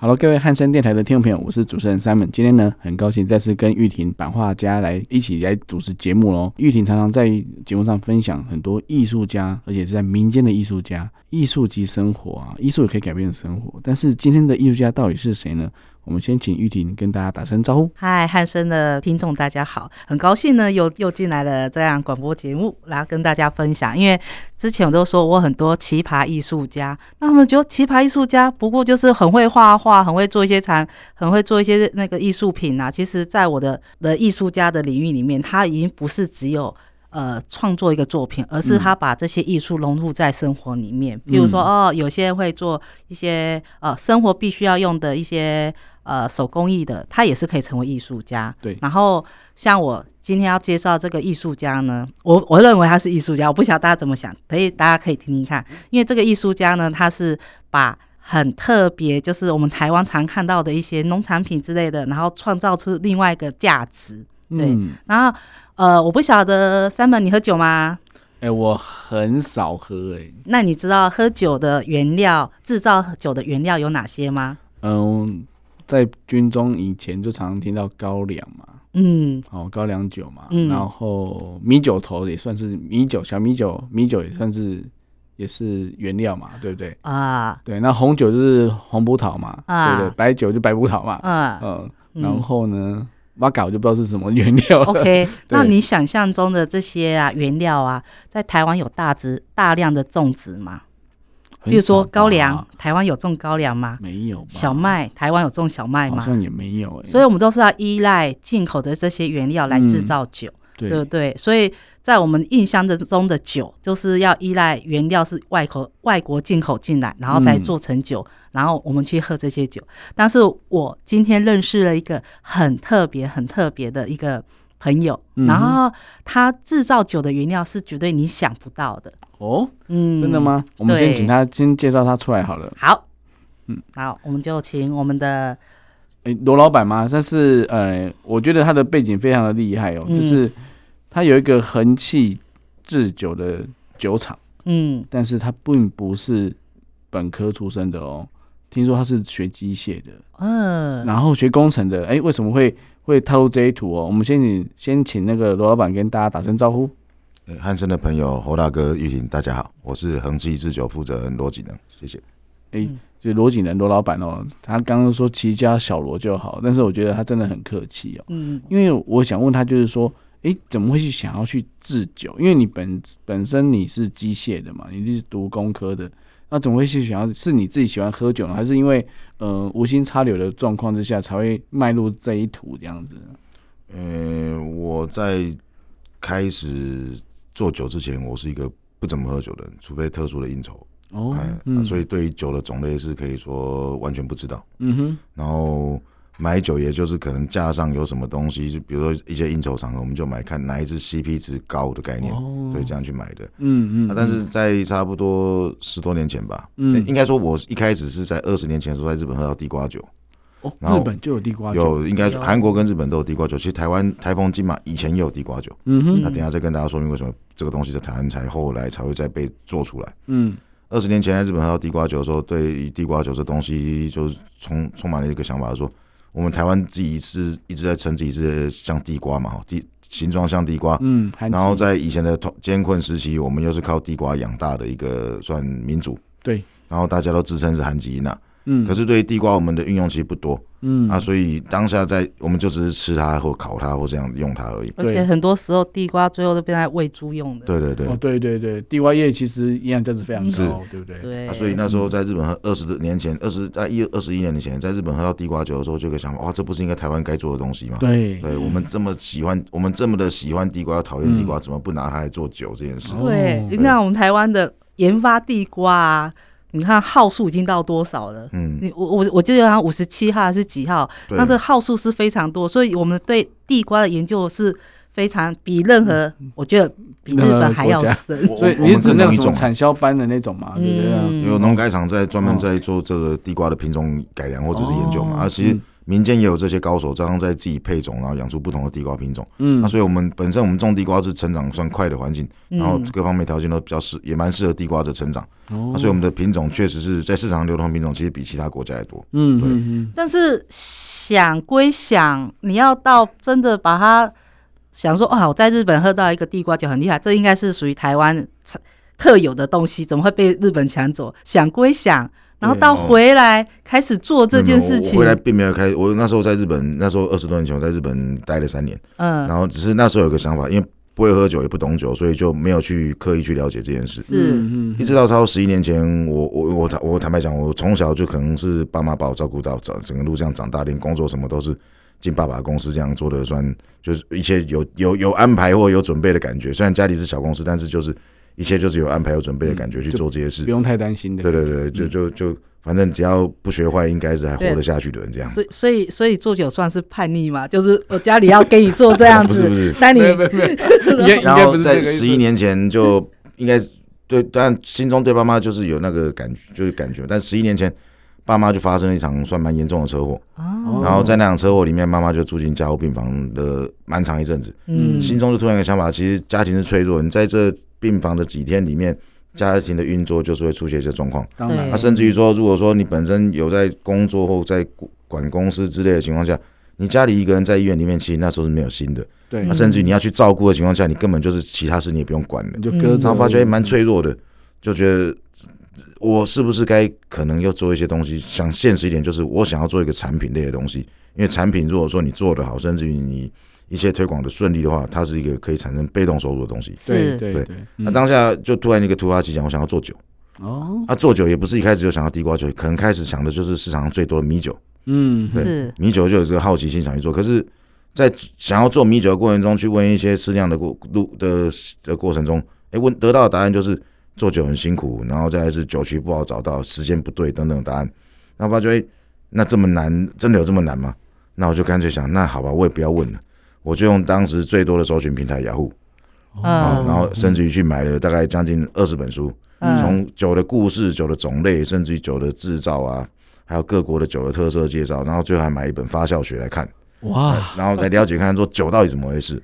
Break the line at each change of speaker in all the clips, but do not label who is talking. Hello，各位汉声电台的听众朋友，我是主持人 Simon。今天呢，很高兴再次跟玉婷版画家来一起来主持节目喽。玉婷常常在节目上分享很多艺术家，而且是在民间的艺术家，艺术及生活啊，艺术也可以改变生活。啊但是今天的艺术家到底是谁呢？我们先请玉婷跟大家打声招呼。
嗨，汉声的听众大家好，很高兴呢，又又进来了这样广播节目，然后跟大家分享。因为之前我都说我很多奇葩艺术家，那他们觉得奇葩艺术家不过就是很会画画，很会做一些产，很会做一些那个艺术品啊。其实，在我的的艺术家的领域里面，他已经不是只有。呃，创作一个作品，而是他把这些艺术融入在生活里面。比如说，哦，有些人会做一些呃生活必须要用的一些呃手工艺的，他也是可以成为艺术家。
对
然后像我今天要介绍这个艺术家呢，我我认为他是艺术家，我不晓得大家怎么想，可以大家可以听听看，因为这个艺术家呢，他是把。很特别，就是我们台湾常看到的一些农产品之类的，然后创造出另外一个价值。对
嗯，
然后，呃，我不晓得三本你喝酒吗？
哎、我很少喝、哎，
那你知道喝酒的原料、制造酒的原料有哪些吗？
嗯，在军中以前就常常听到高粱嘛，
嗯，
哦，高粱酒嘛，
嗯
然后米酒头也算是米酒，小米酒，米酒也算是也是原料嘛，对不对？
啊、
对，那红酒就是红葡萄嘛，
啊
对不对？白酒就白葡萄嘛，
啊、
嗯，
嗯
然后呢，玛卡我就不知道是什么原料了。
o k 那你想象中的这些啊原料啊，在台湾有大植大量的种植吗？
很
比如说
少吧
高粱，台湾有种高粱吗？
没有吧
小麦，台湾有种小麦
好
吗？
像也没有哎，
所以我们都是要依赖进口的这些原料来制
嗯
造酒。
对
对不对？所以在我们印象的中的酒，就是要依赖原料是外口外国进口进来，然后再
嗯
做成酒，然后我们去喝这些酒。但是我今天认识了一个很特别、很特别的一个朋友，
嗯哼
然后他制造酒的原料是绝对你想不到的。
哦，
嗯，
真的？吗？我们先
对
请他先介绍他出来好了。
好，
嗯，
好，我们就请我们的
诶，罗老板吗？但是呃，我觉得他的背景非常的厉害哦，
嗯
就是他有一个恒气制酒的酒厂，
嗯
但是他并不是本科出身的哦，听说他是学机械的，
嗯、
然后学工程的。诶，为什么会会踏入这一途哦？我们先请先请那个罗老板跟大家打声招呼。
呃汉森的朋友侯大哥、玉婷，大家好，我是恒基制酒负责人罗景能，谢谢。
就罗景仁罗老板哦，他刚刚说齐家小罗就好，但是我觉得他真的很客气哦。
嗯，
因为我想问他，就是说，诶，怎么会去想要去制酒？因为你本本身你是机械的嘛，你是读工科的，那怎么会去想要？是你自己喜欢喝酒呢，还是因为呃无心插柳的状况之下才会迈入这一途这样子？
呃，我在开始做酒之前，我是一个不怎么喝酒的人，除非特殊的应酬，
哦
哎，啊所以对于酒的种类是可以说完全不知道。
嗯哼，
然后买酒，也就是可能架上有什么东西，就比如说一些应酬场合，我们就买看哪一支 CP 值高的概念，
哦
对，这样去买的。
嗯嗯
啊，但是在差不多十多年前吧，
嗯
应该说我一开始是在二十年前的时候在日本喝到地瓜酒，
哦，
然后
日本就有地瓜酒，
有应该
有
韩国跟日本都有地瓜酒，其实台湾台风金马以前也有地瓜酒，
嗯哼，
那等一下再跟大家说明为什么这个东西在台湾才后来才会再被做出来。
嗯
二十年前在日本喝到地瓜酒的时候，对于地瓜酒这东西就是充充满了一个想法说我们台湾自己是一直在称自己是像地瓜嘛，哦地形状像地瓜，
嗯，韩
然后
籍
在以前的同艰困时期，我们又是靠地瓜养大的一个算民族，
对，
然后大家都自称是韩籍那，
嗯，
可是对于地瓜我们的运用其实不多，
嗯
啊，所以当下在我们就只是吃它或烤它或这样用它而已。
而且
对
很多时候地瓜最后都变成喂猪用的。
对对对，
哦，对对对，地瓜叶其实营养价值非常高，对不对？
对、
啊所以那时候在日本喝二十年前，二十在一二十一年前，在日本喝到地瓜酒的时候，就有个想法，哇，这不是应该台湾该做的东西吗？
对
对，我们这么喜欢，我们这么的喜欢地瓜，讨厌地瓜，怎么不拿它来做酒这件事？
对，
嗯哦
你看我们台湾的研发地瓜啊，你看号数已经到多少了？
嗯，
你我我我记得好像五十七号还是几号，
对
它的号数是非常多，所以我们对地瓜的研究是非常比任何，
嗯
我觉得比日本还要深。
我
所以
我
你
们
是指
只
那种
能
什
一
么
种，啊
产销班的那种嘛？对不对
嗯
啊？
有农改场在专
哦
门在做这个地瓜的品种改良或者是研究嘛，
哦
啊，其实
嗯
民间也有这些高手，这样在自己配种，然后养出不同的地瓜品种。啊
嗯
那所以我们本身我们种地瓜是成长算快的环境，
嗯
然后各方面条件都比较适，也蛮适合地瓜的成长。啊
哦
那所以我们的品种确实是在市场流通品种，其实比其他国家还多。
嗯
对
嗯
但是想归想，你要到真的把它想说，哦哇，我在日本喝到一个地瓜酒很厉害，这应该是属于台湾特有的东西，怎么会被日本抢走？想归想，然后到
对哦
回来开始做这件事
我
情
回，来并没有开，我那时候在日本，那时候二十多年前我在日本待了三年，
嗯，
然后只是那时候有个想法，因为不会喝酒也不懂酒，所以就没有去刻意去了解这件事。
是，
嗯
一直到超十一年前，我我我坦我坦白讲，我从小就可能是爸妈把我照顾到长整个路这样长大，连工作什么都是进爸爸的公司这样做的，算就是一切有有有安排或有准备的感觉。虽然家里是小公司，但是就是一切就是有安排有准备的
嗯
感觉去做这些事
不。用太担心的。
对对对，就就就反正只要不学坏，应该是还活得下去的人这样。
所以所以所以做酒算是叛逆嘛，就是我家里要给你做这样
不是
子
不，是，
但 你
没有没有没 有，应该应
然
该不
后
是这个
在
意思
十一年前就 应该对，但心中对爸妈就是有那个感觉，就是感觉。但十一年前，爸妈就发生了一场算蛮严重的车祸，
哦
然后在那场车祸里面，妈妈就住进加护病房了蛮长一阵子。
嗯
心中就突然有个想法，其实家庭是脆弱的，你在这病房的几天里面，家庭的运作就是会出现一些状况。
当然
对
那、甚至于说，如果说你本身有在工作或在管公司之类的情况下，你家里一个人在医院里面，其实那时候是没有心的。
对
嗯
那、，啊甚至于你要去照顾的情况下，你根本就是其他事你也不用管了
你。就搁着，
然后发觉哎蛮脆弱的，就觉得我是不是该可能要做一些东西？想现实一点，就是我想要做一个产品类的东西，因为产品如果说你做得好，甚至于你一些推广的顺利的话，它是一个可以产生被动收入的东西。
对
是
对
对
对。
那
嗯
当下就突然一个突发奇想，我想要做酒。
哦，
啊，做酒也不是一开始就想要地瓜酒，可能开始想的就是市场上最多的米酒。
嗯，
对
是
米酒就有这个好奇心想去做，可是，在想要做米酒的过程中，去问一些适量的过路的的过程中，哎，问得到的答案就是做酒很辛苦，然后再来是酒曲不好找到，时间不对等等答案。那我发觉，哎，那这么难，真的有这么难吗？那我就干脆想，那好吧，我也不要问了，我就用当时最多的搜寻平台雅虎
哦
啊，
嗯
然后甚至于去买了大概将近二十本书，
嗯
从酒的故事、酒的种类，甚至于酒的制造啊，还有各国的酒的特色介绍，然后最后还买一本发酵学来看，
哇，
然后来了解看看说酒到底怎么回事。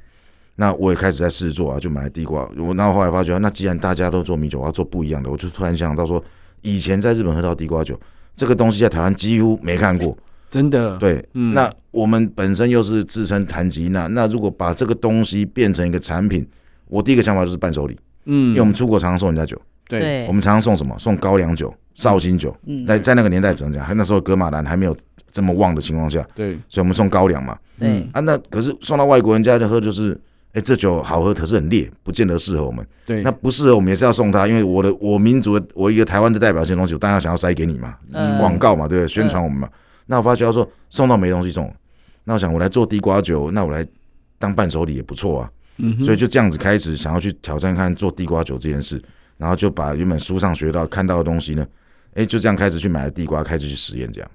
那我也开始在试做啊，就买了地瓜。我然后后来发觉，那既然大家都做米酒，我要做不一样的。我就突然想到说，以前在日本喝到地瓜酒这个东西，在台湾几乎没看过。
真的，
对，
嗯
那我们本身又是自称弹吉那，那如果把这个东西变成一个产品，我第一个想法就是伴手礼，
嗯
因为我们出国常常送人家酒。
对，
我们常常送什么？送高粱酒、绍兴酒。
嗯
在在那个年代只能讲，那时候格马兰还没有这么旺的情况下，
对，
所以我们送高粱嘛。
对嗯
啊，那可是送到外国人家就喝，就是哎、这酒好喝，可是很烈，不见得适合我们。
对，
那不适合我们也是要送他，因为我的我民族的我一个台湾的代表性的东西，我当然想要塞给你嘛，
嗯
广告嘛，对不对？宣传我们嘛。那我发觉他说送到没东西送，那我想我来做地瓜酒，那我来当伴手礼也不错啊。
嗯哼
所以就这样子开始想要去挑战看做地瓜酒这件事，然后就把原本书上学到看到的东西呢，哎、就这样开始去买了地瓜，开始去实验这样。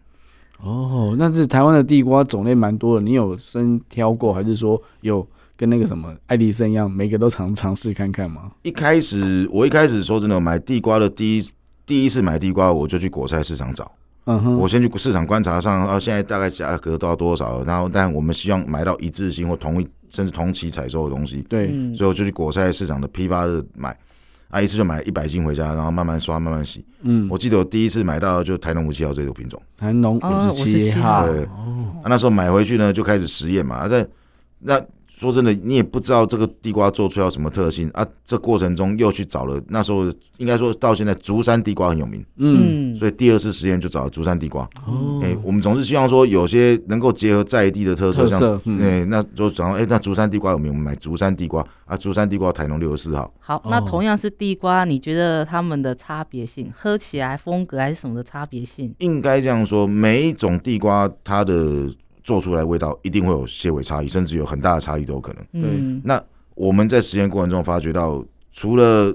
哦，那是台湾的地瓜种类蛮多的，你有深挑过，还是说有跟那个什么爱迪生一样，每个都尝尝试看看吗？
一开始我一开始说真的，买地瓜的第一第一次买地瓜，我就去果菜市场找，
嗯哼，
我先去市场观察上，啊，现在大概价格到多少，然后但我们希望买到一致性或同一甚至同期采收的东西，
对，
嗯
所以我就去果菜市场的批发的买，啊，一次就买一百斤回家，然后慢慢刷慢慢洗。
嗯，
我记得我第一次买到的就台农五七号这个品种。
韩农
哦
五十七
57
号
号，
对，啊那时候买回去呢，就开始实验嘛。啊、在那说真的，你也不知道这个地瓜做出来有什么特性啊。这过程中又去找了，那时候应该说到现在，竹山地瓜很有名，
嗯，
嗯，
所以第二次实验就找了竹山地瓜。
哦
哎、，我们总是希望说有些能够结合在地的特色，
特
像。
色，嗯，
哎、那就想到哎、那竹山地瓜有没有？我们买竹山地瓜啊，竹山地瓜台农六十四号，
好，那
哦
同样是地瓜，你觉得它们的差别性，喝起来风格还是什么的差别性？
应该这样说，每一种地瓜它的做出来味道一定会有些微差异，甚至有很大的差异都有可能。
嗯，
那我们在实验过程中发觉到，除了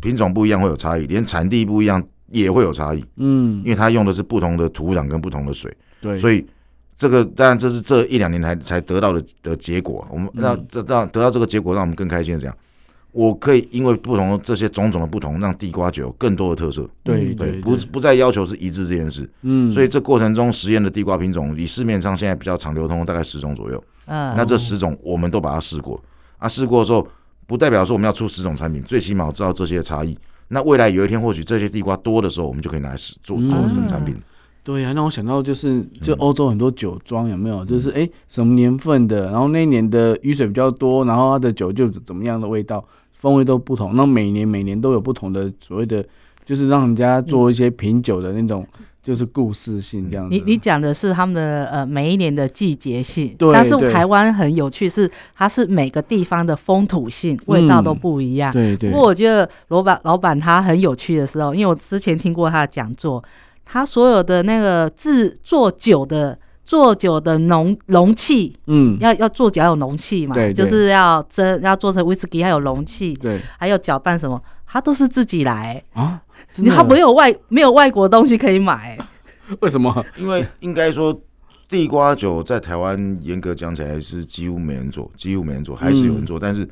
品种不一样会有差异，连产地不一样也会有差异，
嗯
因，为它用的是不同的土壤跟不同的水，
对，
所
以
以这个当然这是这一两年才才得到的的结果。我们
嗯
让得到得到这个结果，让我们更开心的是这样。我可以因为不同的这些种种的不同，让地瓜酒有更多的特色。
对
嗯
对，
对，
不不再要求是一致这件事。
嗯，
所以这过程中实验的地瓜品种，以市面上现在比较常流通的大概十种左右。
嗯，
那这十种我们都把它试过啊，试过的时候不代表说我们要出十种产品，最起码我知道这些差异。那未来有一天或许这些地瓜多的时候，我们就可以拿来试做
嗯
做成产品。
对啊呀、让我想到就是，就
嗯
欧洲很多酒庄有没有？就是哎、诶什么年份的，然后那一年的雨水比较多，然后它的酒就怎么样的味道，风味都不同。那每年每年都有不同的所谓的，就是让人家做一些品酒的那种，就是故事性这样子。
嗯你你讲的是他们的呃每一年的季节性，
对
但是
对
台湾很有趣是，它是每个地方的风土性味道都
嗯
不一样。
对对
不过我觉得罗板老板他很有趣的时候，因为我之前听过他的讲座，他所有的那个制做酒的做酒的容容器，
嗯，
要要做酒要有容器嘛，
对对
就是要蒸要做成威士忌要有容器，
对
还有搅拌什么，他都是自己来，
啊，真的
他没有外没有外国东西可 以买。
为什么？
因为应该说，地瓜酒在台湾严格讲起来是几乎没人做，几乎没人做，还是有人做，但是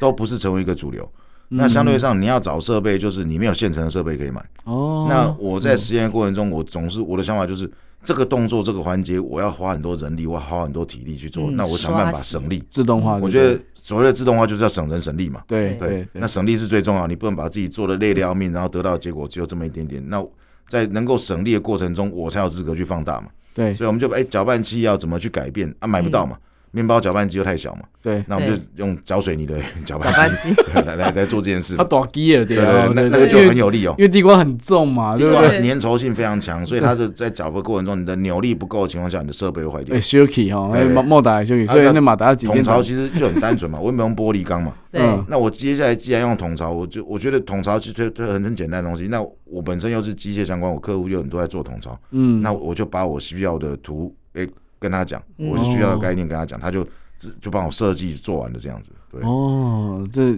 都不是成为一个主流。那相对上，你要找设备，就是你没有现成的设备可以买。
嗯哦，
那我在实验的过程中，我总是我的想法就是，这个动作这个环节，我要花很多人力，我要花很多体力去做。
嗯
那我想办法
刷洗
省力。
自动化，
我
啊对
觉
不
得所谓的自动化就是要省人省力嘛。
对
对
对对对，
那省力是最重要，你不能把自己做的累得要命，然后得到的结果只有这么一点点。那在能够省力的过程中，我才有资格去放大嘛。
对嗯
所以我们就把哎搅拌器要怎么去改变啊？买不到嘛，面包搅拌机又太小嘛，
对，
那我们就用搅水泥的 搅
搅
拌
拌
机
机，
对来来来做这件事
它
嘛。
短机了对
对对，
哦
那
对
那个
对
就
因为
很有力哦。
因为地瓜很重嘛，
地
对不
瓜
对？
的粘稠性非常强，所以它是在搅拌过程中，你的扭力不够的情况下，你的设备会坏掉
哎。，Shuki 哈，
对
哎马莫达 Shuki，
啊
所以
那
那马达几
桶
件
槽其实就很单纯嘛，我也没有用玻璃缸嘛。
对，
嗯
那我接下来既然用桶槽，我就我觉得桶槽其实它很很简单的东西。那我本身又是机械相关，我客户有很多在做桶槽，
嗯，
那我就把我需要的图诶、跟他讲，
嗯
我需要的概念跟他讲，他就自就帮我设计做完了这样子。对，
哦，这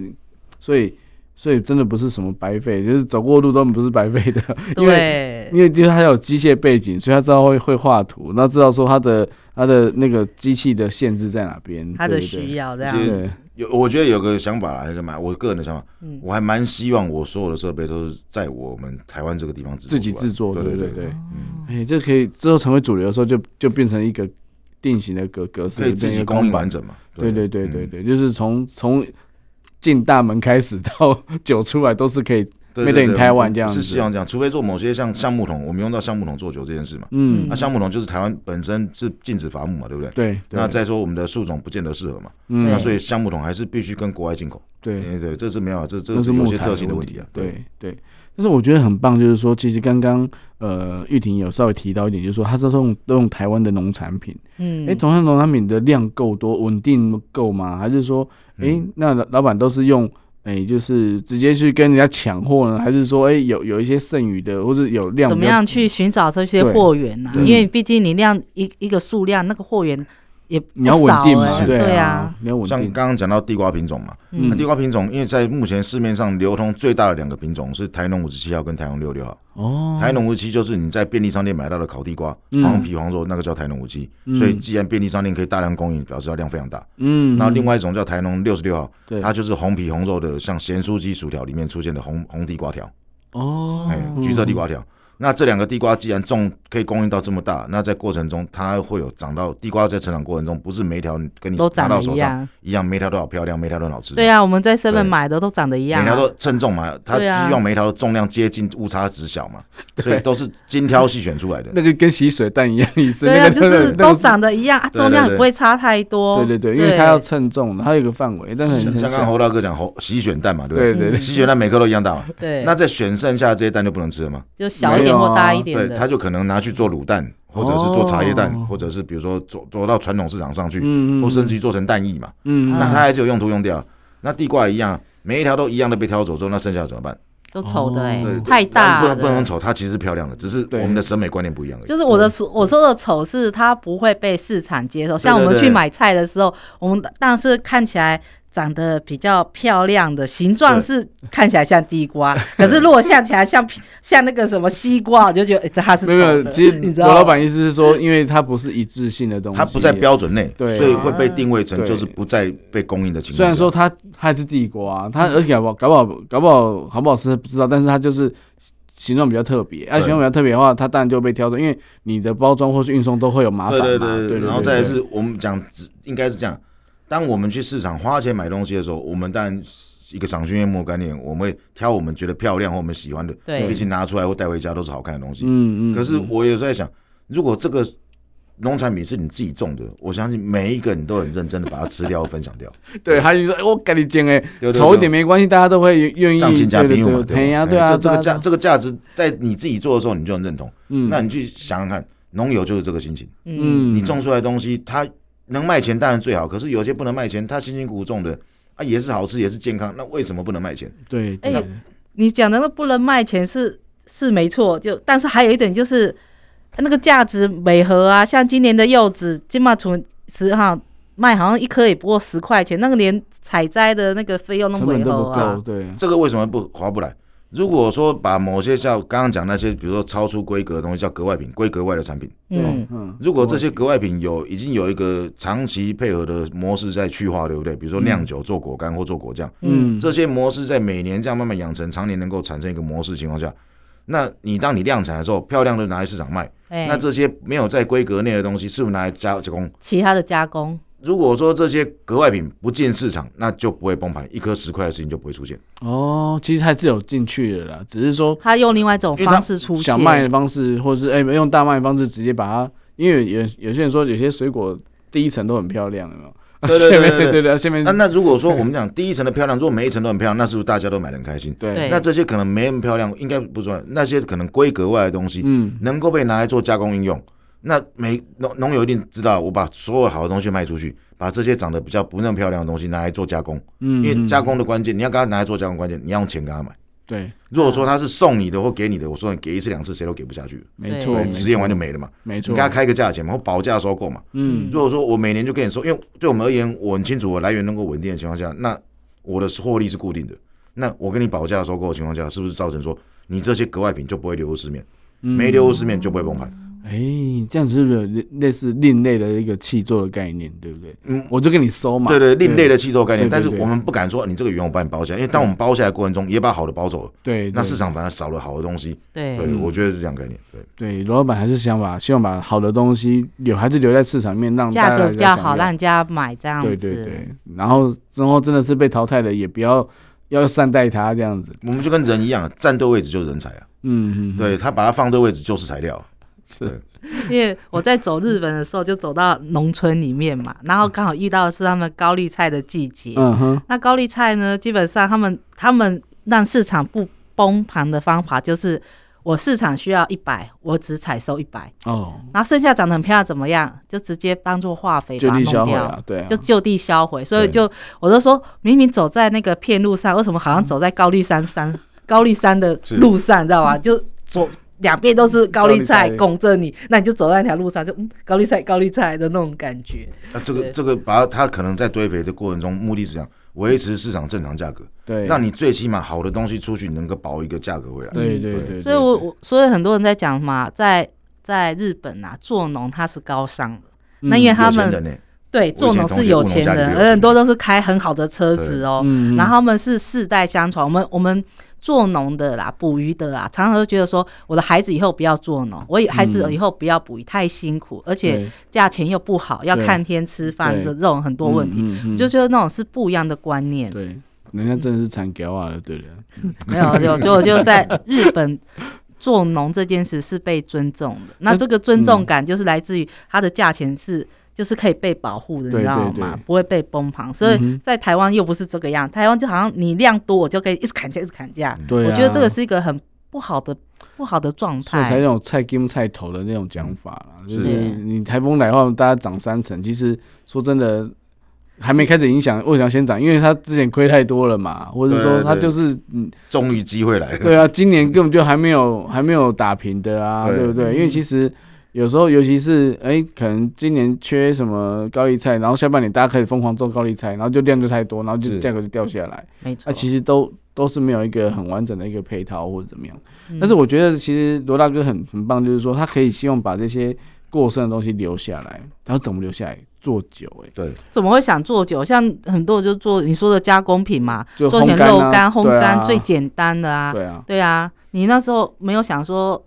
所以所以真的不是什么白费，就是走过路都不是白费的，因为
对，
因为就是他有机械背景，所以他知道会会画图，那知道说他的他的那个机器的限制在哪边，
他的
对对
需要这
对
样
对
其实
对
有我觉得有个想法啦，还是蛮我个人的想法，
嗯
我还蛮希望我所有的设备都是在我们台湾这个地方
自己制
制
作，
出来
对
啊对
对
对。
对，
嗯
哎，这可以之后成为主流的时候就，就变成一个定型的格格式，
可以自己供应完整嘛？
对对对
嗯
对对，就是从从进大门开始到 酒出来都是可以，
对
Made
对
in
对
Taiwan 这样
是
子
希望这样，除非做某些像橡木桶，我们用到橡木桶做酒这件事嘛。
嗯
那，橡木桶就是台湾本身是禁止伐木嘛，对不对？
对，对
那再说我们的树种不见得适合嘛，
嗯
那所以橡木桶还是必须跟国外进口。
对，
对对，这是没有，啊这这
那是
有
木
些
材
特性的
问
问题啊。
对对，但是我觉得很棒，就是说，其实刚刚呃玉婷有稍微提到一点，就是说它是用都用台湾的农产品，
嗯，
哎、同样农产品的量够多、稳定够吗？还是说，哎、
嗯
那老老板都是用？哎、就是直接去跟人家抢货呢，还是说，哎、有有一些剩余的，或者有量
怎么
比较
样去寻找这些
对
货源呢、
对
因为毕竟你量一一个数量，那个货源也不
你要稳定
少
嘛，
欸
对
对
啊，，你要稳
像
定，
刚刚讲到地瓜品种嘛，
嗯
那地瓜品种因为在目前市面上流通最大的两个品种是台农五十七号跟台农六六号。
哦，
台农五十七就是你在便利商店买到的烤地瓜，
嗯
黄皮黄肉那个叫台农五十七，
嗯
所以既然便利商店可以大量供应，表示它量非常大。
嗯，
那另
外
外一种叫台农六十六号，
对
它就是红皮红肉的，像咸酥鸡薯条里面出现的红红地瓜条，
哦
哎、，橘色地瓜条。那这两个地瓜既然种可以供应到这么大，那在过程中它会有长到地瓜在成长过程中，不是每一条跟
嗯
你
都
拿
长
到
得
手
一
上
样。
一样，每一条都好漂亮，每一条都很好吃。
对啊，我们在 seven
对
买的都长得一样、
每条
啊。
都称重嘛，它希
对啊
望每一条的重量接近误差值小嘛，所以
对
都是精挑细选出来 的。
那个跟洗水蛋一样 意思，
对
那
啊，
个
就是都，
那个
长得一样，啊
对对
重量
对
也不会差太多。
对对对，因为它要称重的，它有一个范围，但是
像
很
像刚刚侯大哥讲，猴洗选蛋嘛，对不
对
对？
对对
嗯，
洗选蛋每颗都一样大嘛，
对，
那在选剩下的这些蛋就不能吃了吗？
就小一点或大一点
啊对，
的，
他就可能拿去做卤蛋，或者是做茶叶蛋
哦，
或者是比如说走走到传统市场上去，
嗯
或甚至于做成蛋液嘛。
嗯，
那
嗯
它还是有用途用掉。那地瓜也一样，每一条都一样的被挑走之后，那剩下的怎么办？
都丑的哎、
哦对
太大
不
了。
能不能丑，它其实是漂亮的，只是
对
我们的审美观念不一样而已。
就是我的丑，我说的丑是它不会被市场接受。像我
对
们
对
去买菜的时候，我们当然是看起来长得比较漂亮的，形状是看起来像地 瓜，可是如果像起来像像那个什么西瓜，我就觉得、哎诶这它是
没
丑
有，
的。嗯
其实
你知
罗
道
老板意思是说，因为它不是一致性的东西，啊
它不在。标准内，
对
所以会被定位成
啊
就是不再被供应的情况下。
虽然说它它还是地瓜，
嗯
它而且搞不好搞不好搞不好好不好吃不知道，但是它就是形状比较特别。啊，
对
形状比较特别的话，它当然就被挑中，因为你的包装或是运送都会有麻烦
对
嘛。对
对对，然后再来是我们讲，只应该是这样。当我们去市场花钱买东西的时候，我们当然一个赏心悦目的概念，我们会挑我们觉得漂亮或我们喜欢的，
对
毕竟拿出来或带回家都是好看的东西。
嗯嗯。
可是
嗯
我有时候在想，如果这个农产品是你自己种的，我相信每一个人都很认真的把它吃掉、分享掉，
对，他就说哎我跟你讲哎，
对不对
丑一点没关系，大家都会愿意
上进加
对
宾
对
嘛，
对
吧
呀
哎
对啊，
这这
大
个
家
价这个价值在你自己做的时候你就很认同，
嗯
那你去想想看，农友就是这个心情。
嗯
嗯，
你种出来的东西，它能卖钱当然最好，可是有些不能卖钱，它辛辛苦苦种的啊，也是好吃，也是健康，那为什么不能卖钱？
对
哎
对
你讲的那不能卖钱是是没错，就但是还有一点就是那个价值每盒啊，像今年的柚子，金马纯十哈卖好像一颗也不过十块钱，那个连采摘的那个费用都
成
没
本都
有
不
啊
够，。对，
这个为什么不划不来？如果说把某些像刚刚讲那些，比如说超出规格的东西叫格外品，规格外的产品，
嗯，
嗯，
如果这些格外品有已经有一个长期配合的模式在去化，对不对？比如说酿酒、做果干或做果酱，
嗯
嗯
这些模式在每年这样慢慢养成，常年能够产生一个模式情况下，那你当你量产的时候，漂亮的拿去市场卖，
哎、
那这些没有在规格内的东西，是不是拿来加加工？
其他的加工，
如果说这些格外品不进市场，那就不会崩盘，一颗十块的事情就不会出现。
哦，其实还是有进去的啦，只是说
他用另外一种
因为它
方式出现，
小卖的方式，或者是哎、用大卖的方式直接把它，因为有有些人说有些水果第一层都很漂亮，有没有？
对对对
下面
对
对对， 下面
那那如果说我们讲第一层的漂亮，如果每一层都很漂亮，那是不是大家都买的很开心？
对
对
那这些可能没那么漂亮，应该不算那些可能规格外的东西，
嗯
能够被拿来做加工应用。那每农农友一定知道，我把所有好的东西卖出去，把这些长得比较不那么漂亮的东西拿来做加工，
嗯，
因为
嗯
加工的关键，你要跟他拿来做加工，关键你要用钱跟他买。
对，
如果说他是送你的或给你的，我说你给一次两次谁都给不下去，
没
对
错，
我
没，
实验完就没了嘛。
没
你
错
给，他开个价钱嘛，或保价收购嘛。
嗯
如果说我每年就跟你说，因为对我们而言，我很清楚我来源能够稳定的情况下，那我的获利是固定的。那我跟你保价收购的情况下，是不是造成说你这些格外品就不会流入市面，
嗯
没流入市面就不会崩盘？
哎、这样子是不是有类类似另类的一个气做的概念，对不对？
嗯，
我就跟你收嘛，
对对，另类的吸收概
对
念，
对
但是
对
我们不敢说你这个原我把你包下来，因为当我们包下来的过程中，也把好的包走了，
对，嗯
那
对
市场反而少了好的东西。
对
对，我觉得是这样概念。对，
对罗老板还是想把希望把好的东西留还是留在市场里面，让大家
价格比
来
较好，
享用
让人家买这样子。
对对对，然后然后真的是被淘汰的，也不要要善待他这样子。
我们就跟人一样，站对位置就是人才啊。
嗯嗯，嗯，
对他把它放对位置就是材料啊。
是
因为我在走日本的时候，就走到农村里面嘛，然后刚好遇到的是他们高丽菜的季节。
嗯哼，
那高丽菜呢，基本上他们他们让市场不崩盘的方法就是，我市场需要一百，我只采收一百，
哦，
然后剩下长得很漂亮怎么样，就直接当做化肥
就
把它
地
弄
销毁
掉。
啊，对啊，
就就地销毁，所以
对
就我就说，明明走在那个片路上，为什么好像走在高丽山山、
嗯
高丽山的路上，你知道吗？就左两边都是高丽
高
菜
丽菜
拱着你，那你就走在那条路上，就嗯，高丽菜、高丽菜的那种感觉。
那这个
对
这个把它它可能在堆肥的过程中，目的是这样，维持市场正常价格，
对，
让你最起码好的东西出去，你能够保一个价格回来。
对对
对
对，
嗯所以我我所以很多人在讲嘛，在在日本啊，做农它是高尚的，那因为他
有钱
们
人呢、
对做农是有钱
我以前同学务农家里
人，
就有
而很多都是开很好的车子哦，
嗯，
然后他们是世代相传，我们我们做农的啦，捕鱼的啦，常常都觉得说，我的孩子以后不要做农，我以孩子
嗯
以后不要捕鱼，太辛苦，而且
对
价钱又不好，要
对
看天吃饭
对
的这种很多问题，，
嗯嗯嗯
就觉得那种是不一样的观念。
对，人家真的是惨屌啊了，对的，
没有，就所以我就在日本。做农这件事是被尊重 的，那这个尊重感就是来自于它的价钱是，就是可以被保护的，
嗯
你
对
知道
对
吗
对？
不会被崩盘。所
嗯哼
以在台湾又不是这个样，台湾就好像你量多，我就可以一直砍价，一直砍价。
对，啊
我觉得这个。是一个很不好的不好的状
所以才那
态。
种菜金菜头的那种讲法啦，就是是你台风来的话，大家涨三成。其实说真的，还没开始影响，为什么要先涨？因为他之前亏太多了嘛，或者
对
说
对
他
对
就是嗯
终于机会来 了。
对啊，今年根本就还没有还没有打平的啊，
对
对不对？因为其实有时候尤其是哎、可能今年缺什么高丽菜，然后下半年大家开始疯狂做高丽菜，然后就量就太多，然后就是价格就掉下来。
没错。
那、啊其实都都是没有一个很完整的一个配套或者怎么样。
嗯
但是我觉得其实罗大哥很很棒，就是说他可以希望把这些过剩的东西留下来，然后怎么留下来？做酒、哎，
对，
怎么会想做酒？像很多人就做你说的加工品嘛，
就
做成
烘干啊
肉干、烘
对啊
干最简单的啊。
对啊，
对啊，你那时候没有想说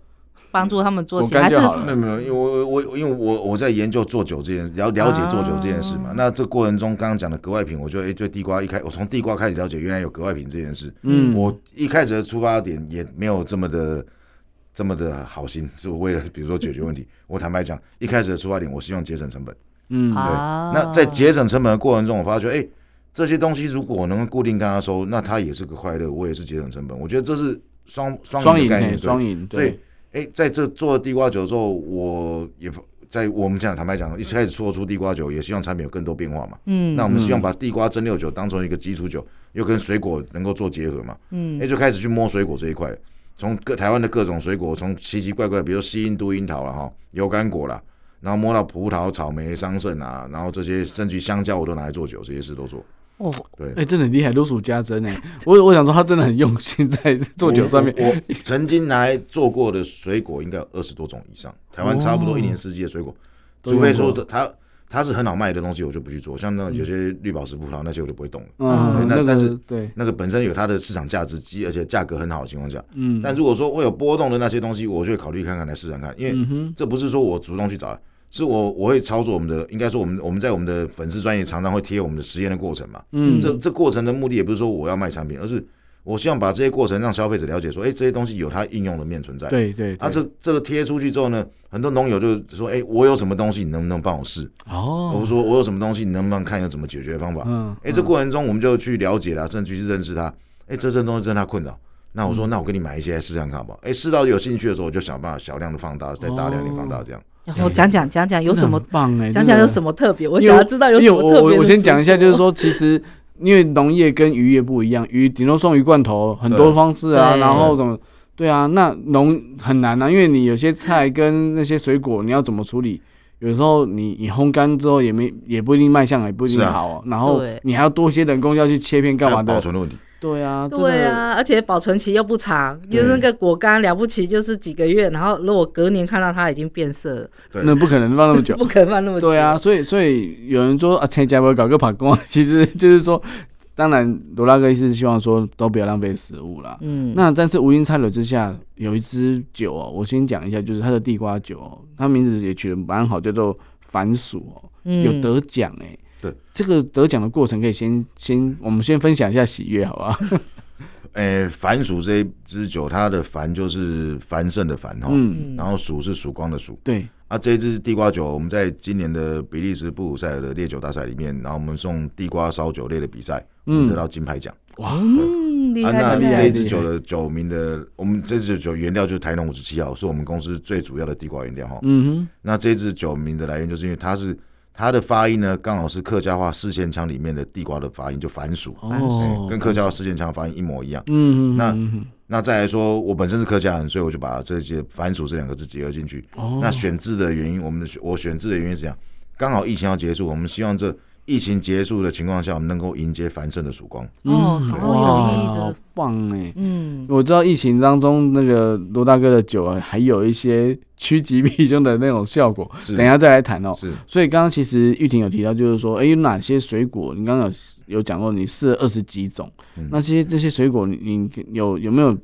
帮助他们做
我
起
干
来，还是
就好了
没有没有，因为我我我因为我我在研究做酒这件了了解做酒这件事嘛，
嗯
那这过程中刚刚讲的格外品，我就哎、对地瓜一开，我从地瓜开始了解，原来有格外品这件事。
嗯，
我一开始的出发点也没有这么的这么的好心，是我为了比如说解 决问题。我坦白讲，一开始的出发点我希望节省成本。
嗯，
啊？
那在节省成本的过程中，我发觉，哎、这些东西如果我能够固定跟他收，那他也是个快乐，我也是节省成本。我觉得这是双双
双
赢
赢
的概
哎
念，对
双赢，
所以
对，，
哎、在这做地瓜酒之后，我也在我们讲坦白讲，一开始做出地瓜酒，也希望产品有更多变化嘛。
嗯
那我们希望
嗯
把地瓜蒸馏酒当成一个基础酒，又跟水果能够做结合嘛。哎、
嗯
就开始去摸水果这一块了，从各台湾的各种水果，从奇奇怪怪，比如西印度樱桃了哈，油甘果啦，然后摸到葡萄、草莓、桑葚啊，然后这些甚至于香蕉我都拿来做酒，这些事都做。
哦，
对
哎、，真的很厉害，如数家珍哎、 我我想说他真的很用心在做酒上面，
我我我曾经拿来做过的水果应该有二十多种以上，台湾差不多一年四季的水果，
哦都
除非
用过
说是它它是很好卖的东西，我就不去做。像那种有些绿宝石葡萄那些我就不会动了，
嗯，那
那但
个
是
对，
那个本身有它的市场价值机，而且价格很好的情况下，
嗯，
但如果说会有波动的那些东西，我就会考虑看看来试试看，因为
嗯哼，
这不是说我主动去找的，是我我会操作我们的，应该说我们我们在我们的粉丝专业常常会贴我们的实验的过程嘛。
嗯，
这这过程的目的也不是说我要卖产品，而是我希望把这些过程让消费者了解说，哎，这些东西有它应用的面存在。，
对对，
啊，
对
这这个贴出去之后呢，很多农友就说，哎，我有什么东西，你能不能帮我试？
哦
我，说我有什么东西，你能不能看有怎么解决方法？
嗯，
哎，这过程中我们就去了解啦，甚至去认识他。哎，这些东西真他困扰。那
嗯
我说，那我给你买一些来试试看好不好？哎，试到有兴趣的时候，我就想办法小量的放大，再大量的放大，这样。
嗯
然后讲讲讲讲有什
真的
么
很，棒哎、
讲
真
讲
的
有什么特别，我
因为
想要知道有什
因为
么
我
特别。
我我先讲一下，就是，说，其实因为农业跟渔业不一样，鱼顶多送鱼罐头，很多
对
方式啊，
对
然后怎么？对啊，那农很难啊，因为你有些菜跟那些水果，你要怎么处理？有时候你你烘干之后也没也不一定卖相也不一定
是啊
好、哦然后
对
你还要多一些人工要去切片干
还
嘛
有保
的？
存的问题，
对啊，真
对
的，
啊，而且保存期又不长，就是那个果干了不起就是几个月，然后如果隔年看到它已经变色了，
对，
那不可能放那么久
不。可能放那么久。
对啊，，所以所以有人说啊，参加不搞个跑工， 其实就是说，当然罗拉哥是希望说都不要浪费食物啦。
嗯，
那但是无心插柳之下，有一支酒哦，我先讲一下，就是它的地瓜酒哦，它名字也取得蛮好，叫做番薯哦，有
嗯
得奖哎、
对，
这个得奖的过程可以先先，我们先分享一下喜悦，好不好？
诶，凡哎薯这一支酒，它的凡就是繁盛的繁哈，
嗯，
然后曙是曙光的曙。
对，
啊，这一支地瓜酒，我们在今年的比利时布鲁塞尔的烈酒大赛里面，然后我们送地瓜烧酒类的比赛，我
嗯
们得到金牌奖。
哇，
嗯，厉
啊，
害
那
厉
这一
害，
支酒的酒名的，我们这支酒原料就是台农五十七号，是我们公司最主要的地瓜原料哈。
嗯
那这支酒名的来源，就是因为它是它的发音呢，刚好是客家话四线腔里面的地瓜的发音，就番薯，
哼，哦
哎，跟客家话四线腔发音一模一样。
嗯，嗯，
那
嗯
那再来说，我本身是客家人，所以我就把这些番薯这两个字结合进去。
哦，
那选字的原因，我们的选我选字的原因是这样，刚好疫情要结束，我们希望这疫情结束的情况下，我们能够迎接繁盛的曙光。
嗯
哦好有
哇
意义的
好棒哎。
嗯，
我知道疫情当中那个罗大哥的酒啊，还有一些趋吉避凶的那种效果，
是
等一下再来谈哦。
是
所以刚刚其实玉婷有提到，就是说，哎，有哪些水果？你刚刚有有讲过，你试了二十几种，
嗯
那些这些水果你，你有有没有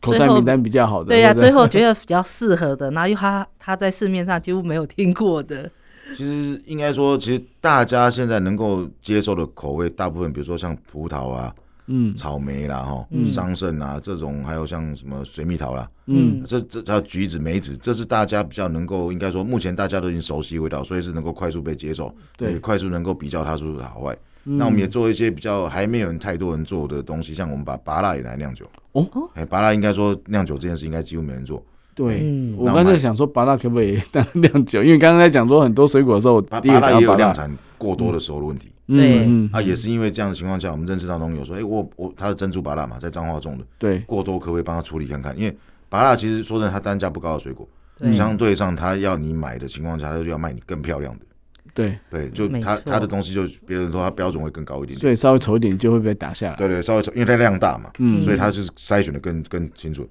口
最
袋
后
名单比较好的？
对呀、
呀、
最后觉得比较适合的，然后又他他在市面上几乎没有听过的，
其实应该说，其实大家现在能够接受的口味，大部分比如说像葡萄啊、
嗯
草莓啦、哈、
嗯
桑葚啊这种，还有像什么水蜜桃啦，
嗯，
这这还有橘子、梅子，这是大家比较能够，应该说目前大家都已经熟悉的味道，所以是能够快速被接受，也
对。嗯
快速能够比较它出好坏。
那
那我们也做一些比较还没有人太多人做的东西，像我们把芭辣也来酿酒。
哦
哦
哎，芭辣应该说酿酒这件事应该几乎没人做。
对。
嗯，
我刚才想说，芭乐可不可以当酿酒？因为刚刚在讲说很多水果的时候，我
芭
第一
芭
个
辣
想
也
到芭
有量
乐。
产过多的时候的问题。
对
嗯，
啊，也是因为这样的情况下，我们认识到农友说，哎、我我他是珍珠芭辣嘛，在彰化种的，
对，
过多可不可以帮他处理看看？因为芭辣其实说真的，它单价不高的水果，
对
相对上他要你买的情况下，他就要卖你更漂亮的。
对，
对，就
没
他
错
他的东西就别人说他标准会更高一点点。
所以稍微丑一点就会被打下来。
对对，稍微因为它量大嘛，
嗯
所以它就是筛选的更更清楚。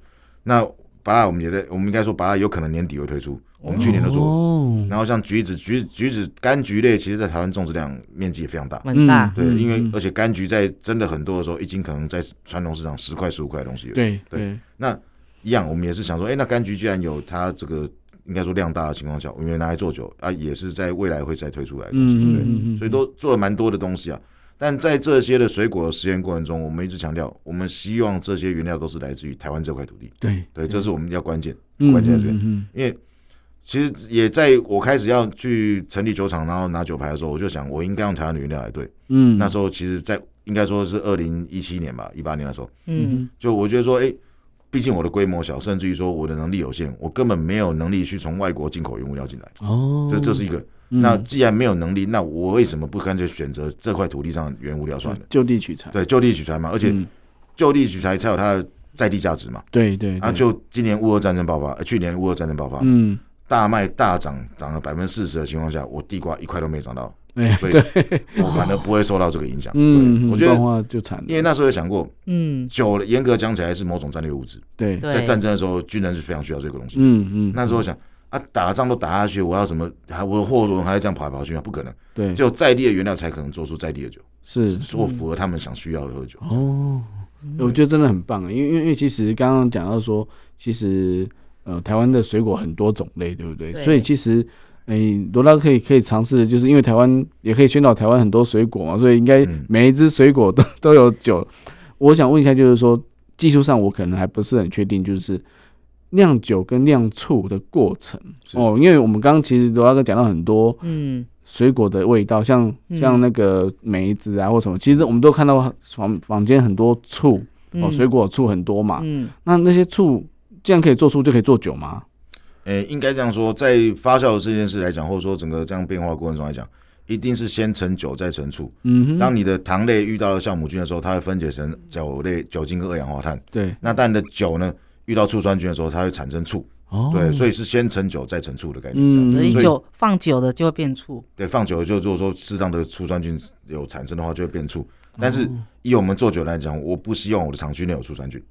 那巴拉我们也在，我们应该说巴拉有可能年底会推出，我们去年都做过。
哦，
然后像橘子、橘子、橘子、柑橘类，其实在台湾种植量面积也非常大。
很大，
对，
嗯
因为
嗯
而且柑橘在真的很多的时候，一斤可能在传统市场十块十五块的东西有。
对
对
对，
那一样，我们也是想说，哎、那柑橘既然有它这个应该说量大的情况下，我们也拿来做酒啊，也是在未来会再推出来的东西，
嗯
对，
嗯嗯，
所以都做了蛮多的东西啊。但在这些的水果的实验过程中，我们一直强调，我们希望这些原料都是来自于台湾这块土地，
对
对，这是我们要关键，
嗯
关键在这边
嗯嗯
因为。其实也在我开始要去成立酒厂，然后拿酒牌的时候，我就想，我应该用台湾的原料来对。
嗯，
那时候其实在，应该说是二零一七年吧，一八年的时候，
嗯，
就我觉得说，哎、毕竟我的规模小，甚至于说我的能力有限，我根本没有能力去从外国进口原物料进来，
哦，
这这是一个。
嗯
那既然没有能力，那我为什么不干脆选择这块土地上的原物料
就
算了？
就地取材，
对，就地取材嘛，而且
嗯
就地取材才有它的在地价值嘛。
对对，
啊，
对
就啊今年乌俄战争爆发，呃去年乌俄战争爆发，
嗯，
大麦大涨，涨了百分之四十的情况下，我地瓜一块都没涨到，
哎呀，
所以
对，
我反而不会受到这个影响。
嗯，
对，我觉得
动，画就惨了，
因为那时候有想过，
嗯，
久了严格讲起来是某种战略物资，
对，
对，
在战争的时候，军人是非常需要这个东西。
嗯嗯，
那时候想啊，打仗都打下去，我要什么？还我的货轮还要这样跑来跑去吗？啊不可能，
对
只有在地的原料才可能做出在地的酒，
是
所符合他们想需要的喝酒。
哦，我觉得真的很棒，啊因为因为因为其实刚刚讲到说，其实呃台湾的水果很多种类，对不对？
对
所以其实诶罗拉可以可以尝试，就是因为台湾也可以宣导台湾很多水果嘛，所以应该
嗯
每一只水果都 都有酒。我想问一下，就是说技术上我可能还不是很确定，就是。酿酒跟酿醋的过程
是
哦，因为我们刚刚其实罗拉哥讲到很多
嗯，
水果的味道，像
嗯
像那个梅子啊或什么，其实我们都看到房房间很多醋哦，
嗯
水，果醋很多嘛。
嗯，
那那些醋既然可以做醋，就可以做酒吗？
诶、应该这样说，在发酵的这件事来讲，或者说整个这样变化过程中来讲，一定是先成酒再成醋。
嗯哼，
当你的糖类遇到了酵母菌的时候，它会分解成酒类酒精跟二氧化碳。
对
那但你的酒呢，遇到醋酸菌的时候，它会产生醋。
哦，
对，所以是先成酒再成醋的概念。这
嗯，
样
所以
所以
酒放久了就会变醋，
对，放久了就如果说适当的醋酸菌有产生的话，就会变醋。但是
哦
以我们做酒来讲，我不希望我的厂区内有醋酸菌，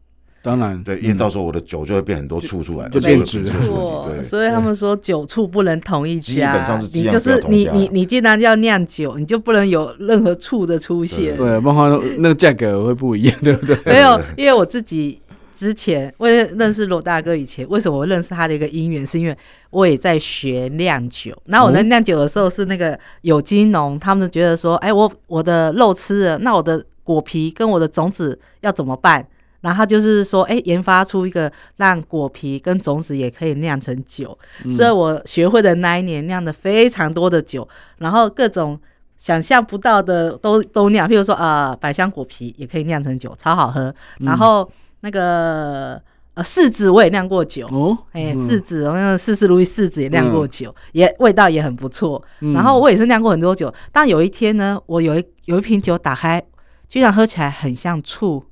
当然
对，因为
嗯
到时候我的酒就会变很多醋出来，
就
这
变
个
质
是
了
醋问题，
所以他们说酒醋不能同一
基本
家
上是，尽
你
量
就
不要
是
同
你
家
你你既然要酿酒，你就不能有任何醋的出现
对。
对，包括那个价格会不一样，对不对？
对
没有
对对，
因为我自己之前为了认识罗大哥以前，为什么我认识他的一个因缘，是因为我也在学酿酒。然后我在酿酒的时候，是那个有机农，他们觉得说，哎，我我的肉吃了，那我的果皮跟我的种子要怎么办？然后他就是说，哎，研发出一个让果皮跟种子也可以酿成酒，
嗯
所以我学会的那一年酿的非常多的酒，然后各种想象不到的都都酿，譬如说啊、呃百香果皮也可以酿成酒，超好喝。
嗯
然后那个呃柿子我也酿过酒，
哦，
哎、
嗯
柿子，那个四十如意柿子也酿过酒，也味道也很不错。
嗯
然后我也是酿过很多酒，但有一天呢，我有一有一瓶酒打开，居然喝起来很像 醋。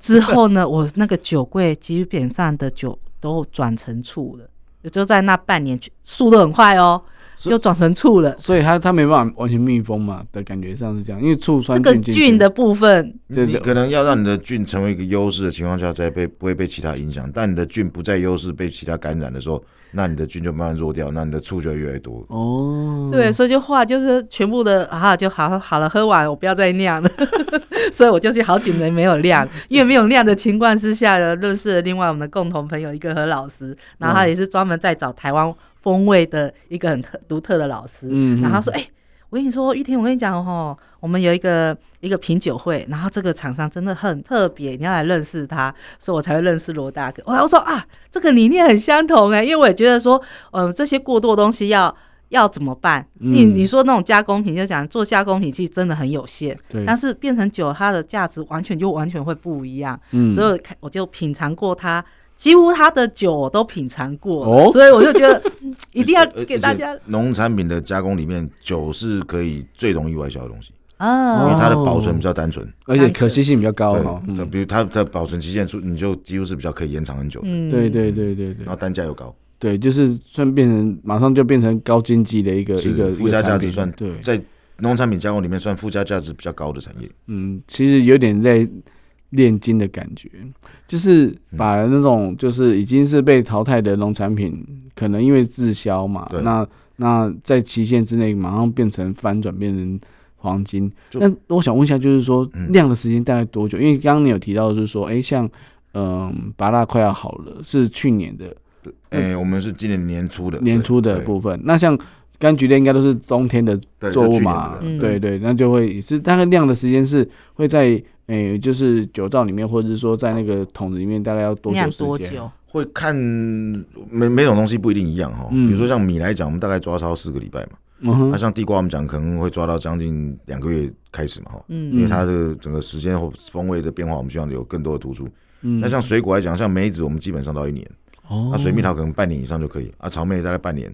之后呢，我那个酒柜基本上的酒都转成醋了，也就在那半年，速度很快哦，
所以
就转成醋了。
所以它它没办法完全密封嘛的感觉上是这样，因为醋
这
酸
个
菌进去
菌的部分，
对
你
对
可能要让你的菌成为一个优势的情况下，再被不会被其他影响。但你的菌不在优势，被其他感染的时候，那你的菌就慢慢弱掉，那你的醋就会越来越多。
哦，
对，所以就话就是全部的啊，就好好了，喝完我不要再酿了， 所以我就是好几年没有酿，
嗯
因为没有酿的情况之下，认识了另外我们的共同朋友一个何老师，然后他
嗯
也是专门在找台湾风味的一个很特独特的老师，
嗯，嗯，
然后他说，哎、我跟你说，玉婷，我跟你讲哦，我们有一个一个品酒会，然后这个厂商真的很特别，你要来认识他，所以我才会认识罗大哥。我然后说啊，这个理念很相同哎、因为我也觉得说，呃，这些过多的东西要要怎么办？你
嗯
你说那种加工品，就讲做加工品其实真的很有限，
对，
但是变成酒，它的价值完全就完全会不一样。
嗯
所以我看我就品尝过它，几乎它的酒我都品尝过了，
哦
所以我就觉 得嗯一定要
而
给大家
而且农产品的加工里面，酒是可以最容易外销的东西，因为
啊，
它的保存比较单纯。
而且可吸性比较高哈，
对，
嗯
比如它的保存期限，你就几乎是比较可以延长很久的，
嗯
对对对对对
然后单价又高。
对，就是算变成马上就变成高经济的一个
是
一个
附加
一个产
价值
品
算
对，
在农产品加工里面算附加价值比较高的产业。
嗯，其实有点在炼金的感觉，就是
嗯
把那种就是已经是被淘汰的农产品，可能因为滞销嘛
对，
那那在期限之内马上变成翻转，变成黄金。
就
那我想问一下，就是说
嗯
量的时间大概多久？因为刚刚你有提到，就是说，哎、像嗯、拔蜡快要好了，是去年的
哎、我们是今年年初的
嗯年初的
呃对
部分，那像。柑橘类应该都是冬天的
对
作
就
物
去年
嘛
的，
嗯
对对，那就会是大概量的时间是会在诶、就是酒窖里面，或者是说在那个桶子里面，大概要多
酿
久
多
时间？
久？
会看每每种东西不一定一样哈、
嗯
比如说像米来讲，我们大概抓超四个礼拜嘛。
嗯
那、
哼，
像地瓜，我们讲可能会抓到将近两个月开始嘛哈、因
嗯
为它的整个时间或风味的变化，我们希望有更多的突出。
嗯
那像水果来讲，像梅子，我们基本上到一年，
哦哦
那、水啊蜜桃可能半年以上就可以，啊，草莓大概半年。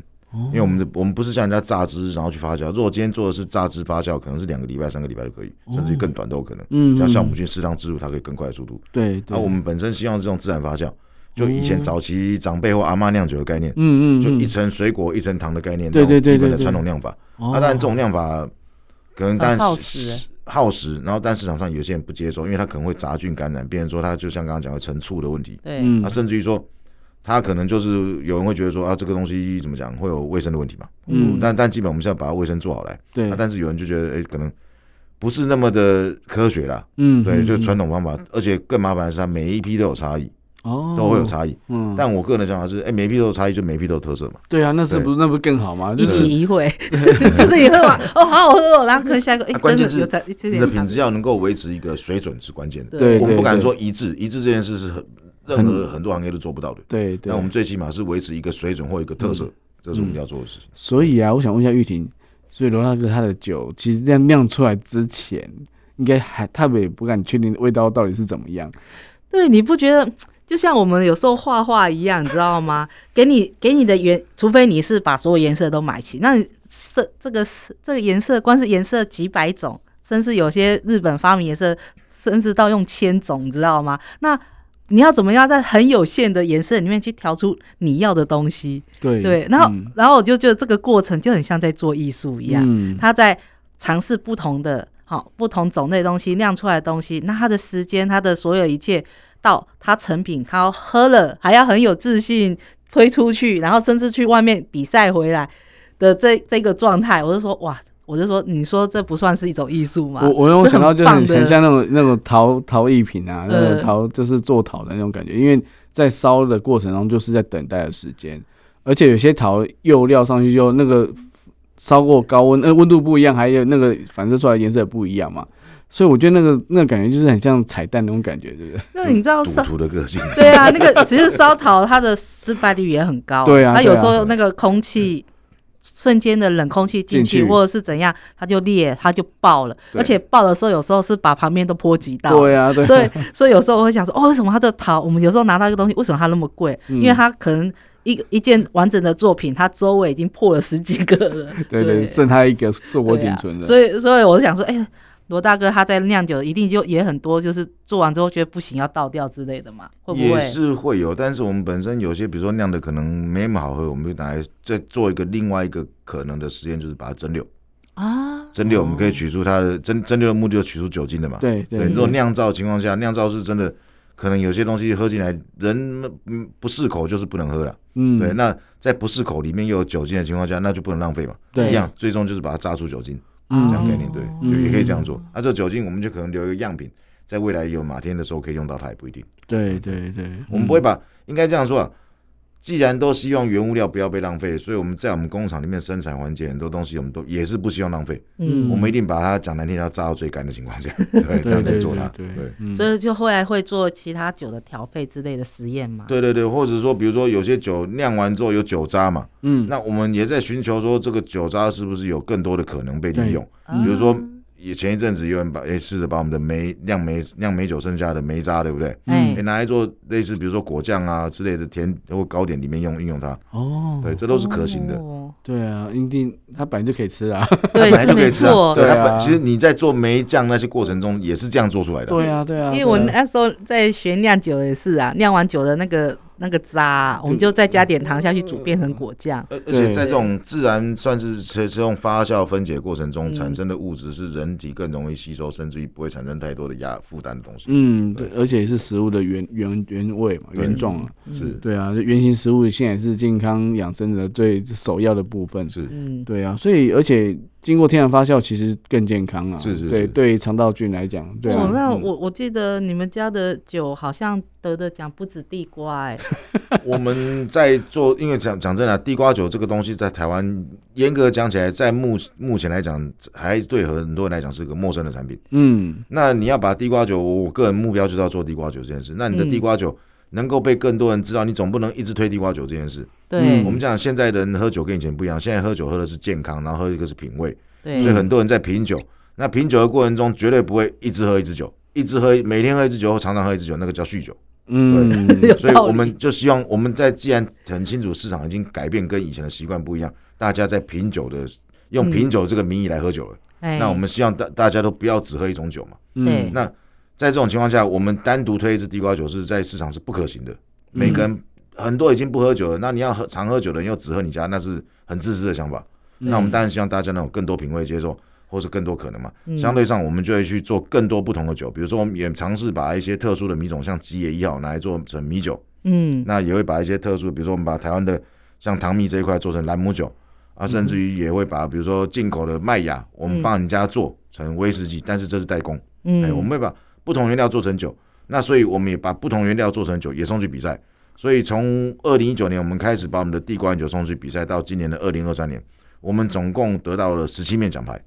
因为我们的我们不是像人家榨汁然后去发酵，如果今天做的是榨汁发酵，可能是两个礼拜、三个礼拜就可以，甚至于更短都有可能。
哦嗯
只要酵
嗯
母菌适当植入，它可以更快的速度。
对
那、
对，
啊我们本身希望这种自然发
哦
酵，就以前早期长辈或阿妈酿酒的概念，
嗯嗯
就
嗯
一层水果一层糖的概念，
对对对
那种基
对
本的
对
传统酿法。
哦
那、啊当然这种酿法可能但
很耗时
耗时，然后但市场上有些人不接受，因为它可能会杂菌感染，变成说它就像刚刚讲的陈醋的问题。
对，
嗯
那、甚至于说，它可能就是有人会觉得说啊，这个东西怎么讲会有卫生的问题嘛？
嗯
但但基本我们是要把它卫生做好来。
对
那、，但是有人就觉得，哎、可能不是那么的科学啦。
嗯
对，就传
统
统方法，而且更麻烦的是，它每一批都有差异，
哦
都会有，差异。
嗯，
但我个人的想法是，哎、每一批都有差异，就每一批都有特色嘛。
对啊，那是
对
不是那不是更好吗？
一
就是
起 一会，就是你喝完哦，好好喝哦，然后可能下一个，哎，
啊关键
真的
是
有在一点
你
点
的
差
品质要能够维持一个水准是关键的。
别，
对
我们不敢说一致，一致这件事是很任何很多行业都做不到的。
对对嗯
那我，们最起码是维持一个水准或一个特色，这是我们要做的事情。
所以啊，我想问一下玉婷，所以罗大哥他的酒其实这样酿出来之前，应该还他们也不敢确定味道到底是怎么样，
对，你不觉得就像我们有时候画画一样，你知道吗？ 给你给你的颜，除非你是把所有颜色都买齐，那你色这个色这个颜色，光是颜色几百种，甚至有些日本发明颜色，甚至到用千种，你知道吗？那你要怎么样在很有限的颜色里面去调出你要的东西？
对
对，然后、
嗯
然后我就觉得这个过程就很像在做艺术一样。
嗯
他在尝试不同的好、不同种类的东西酿出来的东西，那他的时间，他的所有一切到他成品，他要喝了还要很有自信推出去，然后甚至去外面比赛回来的这这个状态，我就说哇，我就说你说这不算是一种艺术吗？
我我让我
这
想到就是
棒
很
的
很像那种那种陶陶艺品啊，那
呃
种陶就是做陶的那种感觉，因为在烧的过程中就是在等待的时间，而且有些陶釉料上去就那个烧过高温，那、温度不一样，还有那个反射出来的颜色也不一样嘛，所以我觉得那个那个感觉就是很像彩蛋那种感觉，对不对？
那你知
哦
道
赌
烧
徒的个性，
对啊，那个其实烧陶它的失败率也很高，
对啊
它
对啊
有时候那个空气。瞬间的冷空气进去，
进去
或者是怎样，它就裂，它就爆了。
对
而且爆的时候，有时候是把旁边都波及到。
对啊，对啊，
所以， 所以有时候我会想说，哦，为什么它的陶？我们有时候拿到一个东西，为什么它那么贵？
嗯
因为它可能一一件完整的作品，它周围已经破了十几个了。
对
对
对，剩他一个硕果
对
仅
啊
存的，
所以，所以我就想说，哎、罗大哥他在酿酒，一定就也很多，就是做完之后觉得不行，要倒掉之类的嘛，会不
也
会？
是会有，但是我们本身有些，比如说酿的可能没那么好喝，我们就拿来再做一个另外一个可能的实验，就是把它蒸馏。
啊，
蒸馏我们可以取出它的蒸蒸馏的目的，就取出酒精的嘛。
哦对对
对，如果
对
酿造的情况下，酿造是真的，可能有些东西喝进来人嗯不适口就是不能喝了。
嗯
对，那在不适口里面又有酒精的情况下，那就不能浪费嘛。
对
一样，最终就是把它榨出酒精，
嗯
哦
这样概念对，就也可以这样做
嗯。
那这酒精我们就可能留一个样品，在未来有马天的时候可以用到它也不一定。
对对对，
我们不会
嗯
把，应该这样说啊。既然都希望原物料不要被浪费，所以我们在我们工厂里面生产环节很多东西，我们都也是不希望浪费。
嗯
我们一定把它讲难听，要榨到最干的 情况下，对，这
对
样在
对
做它。
对
对，
嗯
所以就后来会做其他酒的调配之类的实验嘛。
对对对，或者说，比如说有些酒酿完之后有酒渣嘛，
嗯
那我们也在寻求说这个酒渣是不是有更多的可能被利用。
啊，
比如说
嗯
也前一阵子有人把诶试着把我们的梅酿梅酿梅酒剩下的梅渣，对不对？
嗯
哎、
诶拿来做类似比如说果酱啊之类的甜或糕点里面用应用它，
哦，
对，这都是可行的。
哦
对啊，一定它本来就可以吃啊。
对，
本来
是
就可
没
以吃啊，
错。
对，
对
它
啊
本其实你在做梅酱那些过 程中也是这样做出来的。
对啊，对啊，
因为我
对啊
那时候在学酿酒也是啊，酿完酒的那个那个渣，我们就再加点糖下去煮，变成果酱。
而而且
对
在这种自然算是是这种发酵分解过程中
嗯
产生的物质，是人体更容易吸收，甚至于不会产生太多的压负担的东西。
嗯，对，而且是食物的原原原味嘛，
对
原状啊，
是
对啊，原型食物现在也是健康养生的最首要的部分，
是
嗯，
对啊，所以而且经过天然发酵，其实更健康啊，
是是是
对，对于肠道菌来讲，对
哦
啊，，
那
嗯
我我记得你们家的酒好像得的奖不止地瓜
嗯
哎、
我们在做，因为讲讲真的啊，地瓜酒这个东西在台湾严格讲起来，在目目前来讲，还对很多人来讲是个陌生的产品。
嗯，
那你要把地瓜酒，我我个人目标就是要做地瓜酒这件事。那你的
嗯
地瓜酒能够被更多人知道，你总不能一直推地瓜酒这件事。
对、
我们讲现在的人喝酒跟以前不一样，现在喝酒喝的是健康，然后喝一个是品味，
对，
嗯所以很多人在品酒。那品酒的过程中，绝对不会一直喝一支酒，一直喝每天喝一支酒，或常常喝一支酒，那个叫酗酒。
嗯，
有
所以
道
我们
理
就希望我们在既然很清楚市场已经改变跟以前的习惯不一样，大家在品酒的用
嗯
品酒这个名义来喝酒了。
哎
那我们希望大大家都不要只喝一种酒嘛。
对
嗯，
那在这种情况下，我们单独推一支地瓜酒是在市场是不可行的。每
嗯
个人很多已经不喝酒了，那你要喝常喝酒的人又只喝你家，那是很自私的想法。那
嗯
我们当然希望大家能有更多品味接受，或是更多可能嘛。
嗯
相对上，我们就会去做更多不同的酒，比如说我们也尝试把一些特殊的米种，像吉野一号拿来做成米酒，
嗯
那也会把一些特殊，比如说我们把台湾的像糖蜜这一块做成兰姆酒啊，甚
嗯
至于也会把比如说进口的麦芽，我们帮人家做成威士忌，但是这是代工。
嗯、
哎，我们会把不同原料做成酒，那所以我们也把不同原料做成酒也送去比赛。所以从二零一九年我们开始把我们的地瓜酒送去比赛，到今年的二零二三年，我们总共得到了十七面奖牌。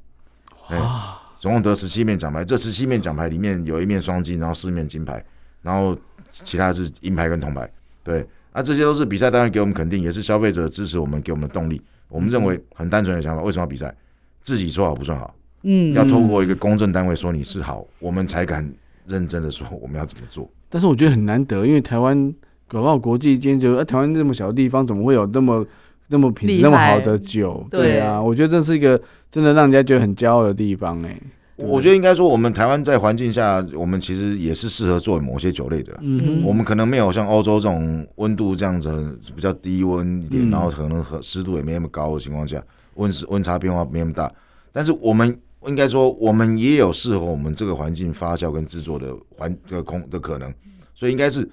哇！总共得十七面奖牌，这十七面奖牌里面有一面双金，然后四面金牌，然后其他是银牌跟铜牌。对，那这些都是比赛单位给我们肯定，也是消费者支持我们给我们的动力。我们认为很单纯的想法，为什么要比赛？自己说好不算好，
嗯
要透过一个公证单位说你是
嗯
好，我们才敢认真的说我们要怎么做。
但是我觉得很难得，因为台湾搞不好国际间就，呃，台湾这么小的地方，怎么会有那么那么品质
厉
那么
害
好的酒？
对
对啊，我觉得这是一个真的让人家觉得很骄傲的地方、哎，
我觉得应该说，我们台湾在环境下，我们其实也是适合做某些酒类的啦。
嗯
我们可能没有像欧洲这种温度这样子比较低温一
嗯
点，然后可能和湿度也没那么高的情况下，温湿温差变化没那么大。但是我们应该说，我们也有适合我们这个环境发酵跟制作的环的空的可能，所以应该是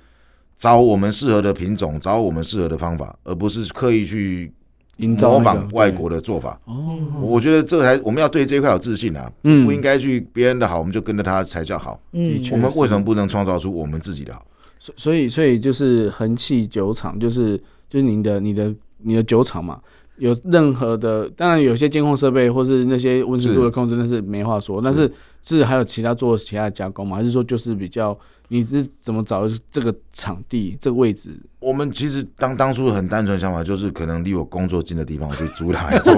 找我们适合的品种，找我们适合的方法，而不是刻意去
营嗯造、那
模
个、
仿外国
的
的做法。
哦，
我觉得这才我们要对这一块有自信啊，
嗯
不应该去别人的好，我们就跟着他才叫好。
嗯
的确
我们为什么不能创造出我们自己的好？
所所以所以就是恒气酒厂，就是就是您的你的你的酒厂嘛。有任何的，当然有些监控设备或是那些温湿度的控制，那是没话说。但是是还有其他做其他的加工吗？还是说就是比较你是怎么找这个场地这个位置？
我们其实当当初很单纯的想法就是，可能离我工作近的地方，我就租 它来做，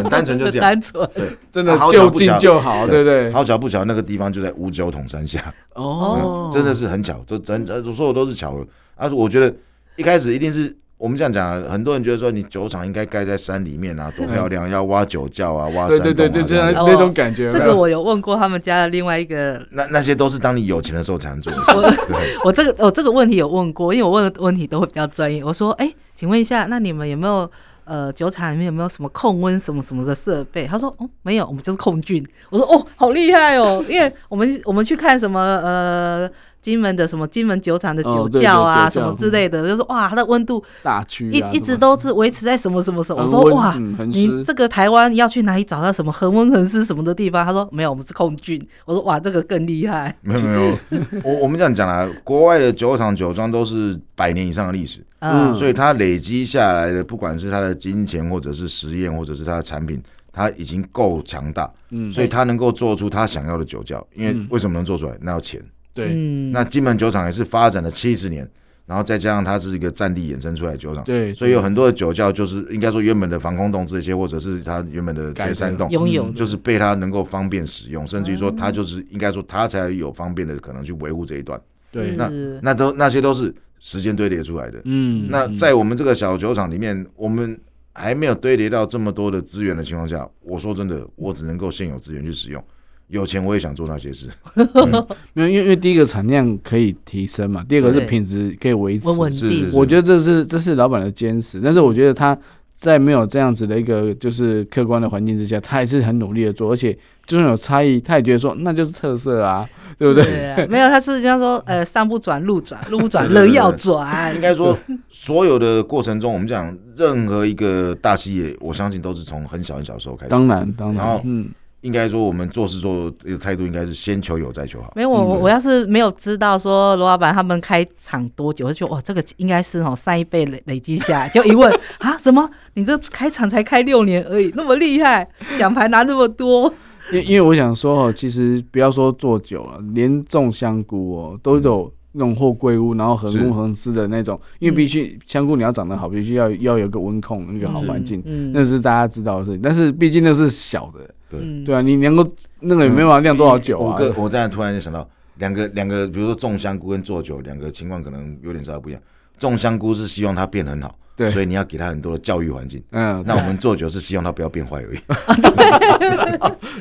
很单纯就这样。
单纯
真的
好巧
就
不
近
巧
就好，对不
对
对？
好巧不巧，那个地方就在五九桶山下，
哦
真的是很巧，这真呃所有都是巧合。啊，我觉得一开始一定是我们这样讲啊，很多人觉得说你酒厂应该盖在山里面啊，多漂亮，要挖酒窖啊，挖
嗯对
山洞
对
啊
对对，
这
就
样
像
子
那种感觉。
这
啊
个我有问过他们家的另外一个，
那那些都是当你有钱的时候才能做的事。对，
我这个我哦这个问题有问过，因为我问的问题都会比较专业。我说，哎、请问一下，那你们有没有呃酒厂里面有没有什么控温什么什么的设备？他说，哦，没有，我们就是控菌。我说，哦，好厉害哦，因为我们我们去看什么呃金门的什么金门酒厂的
哦
酒
对
窖啊、
酒窖
什么之类的，就说哇，它的温度
大区
一
啊
一
什
直
么
都是维持在什么什么什么。我
恒
说
温
哇，
嗯很
你
湿
这个台湾要去哪里找到什么恒温恒湿什么的地方？他说没有，我们是控菌。我说哇，这个更厉害。
没有没有，我我们这样讲啦，国外的酒厂酒庄都是百年以上的历史，
嗯
嗯，
所以它累积下来的，不管是它的金钱，或者是实验，或者是它的产品，它已经够强大，
嗯，
所以它能够做出它想要的酒窖。因为为什么能做出来？那要钱。
对
嗯，
那金门酒厂也是发展了七十年，然后再加上它是一个战地衍生出来的酒厂，
对，
所以有很多的酒窖就是应该说原本的防空洞这些，或者是它原本的这些山洞，
拥有
嗯
的
就是被它能够方便使用，甚至于说它就是应该说它才有方便的可能去维护这一段。
对，
嗯那
是
那都那些都是时间堆叠出来的。
嗯，
那
嗯
在我们这个小酒厂里面，我们还没有堆叠到这么多的资源的情况下，我说真的，我只能够现有资源去使用。有钱我也想做那些事。
没有，因为因为第一个产量可以提升嘛，第二个是
对
品质可以维持。
稳嗯稳
是
定
是。
我觉得这是这是老板的坚持，但是我觉得他在没有这样子的一个就是客观的环境之下，他还是很努力的做，而且就算有差异，他也觉得说那就是特色啊，对不对？
对啊，没有，他是这样说，呃，上不转路转，路不转人要转
应，该说，所有的过程中，我们讲任何一个大企业，我相信都是从很小很小的时候开始。
当然当
然后
然，嗯，
应该说，我们做事做的态度应该是先求有再求好。
没有，我我
嗯
我要是没有知道说罗老板他们开厂多久，我就觉得哇，这个应该是哦上一辈累累积下来，就一问啊，什么？你这开厂才开六年而已，那么厉害，奖牌拿那么多，
因因为我想说哦，其实不要说做久了，连种香菇哦都有。那种货柜屋，然后横
是
工横施的那种，因为必须香菇你要长得好，必须要要有个温控，一个好环境，
嗯
那是大家知道的事情。但是毕竟那是小的，
嗯
对啊，你能够那个也没办法酿多少酒啊
五？个，嗯我这样突然就想到，两个两个，比如说种香菇跟做酒，两个情况可能有点稍微不一样。种香菇是希望它变很好，
对
所以你要给它很多的教育环境。
嗯，
那我们做酒是希望它不要变坏而已。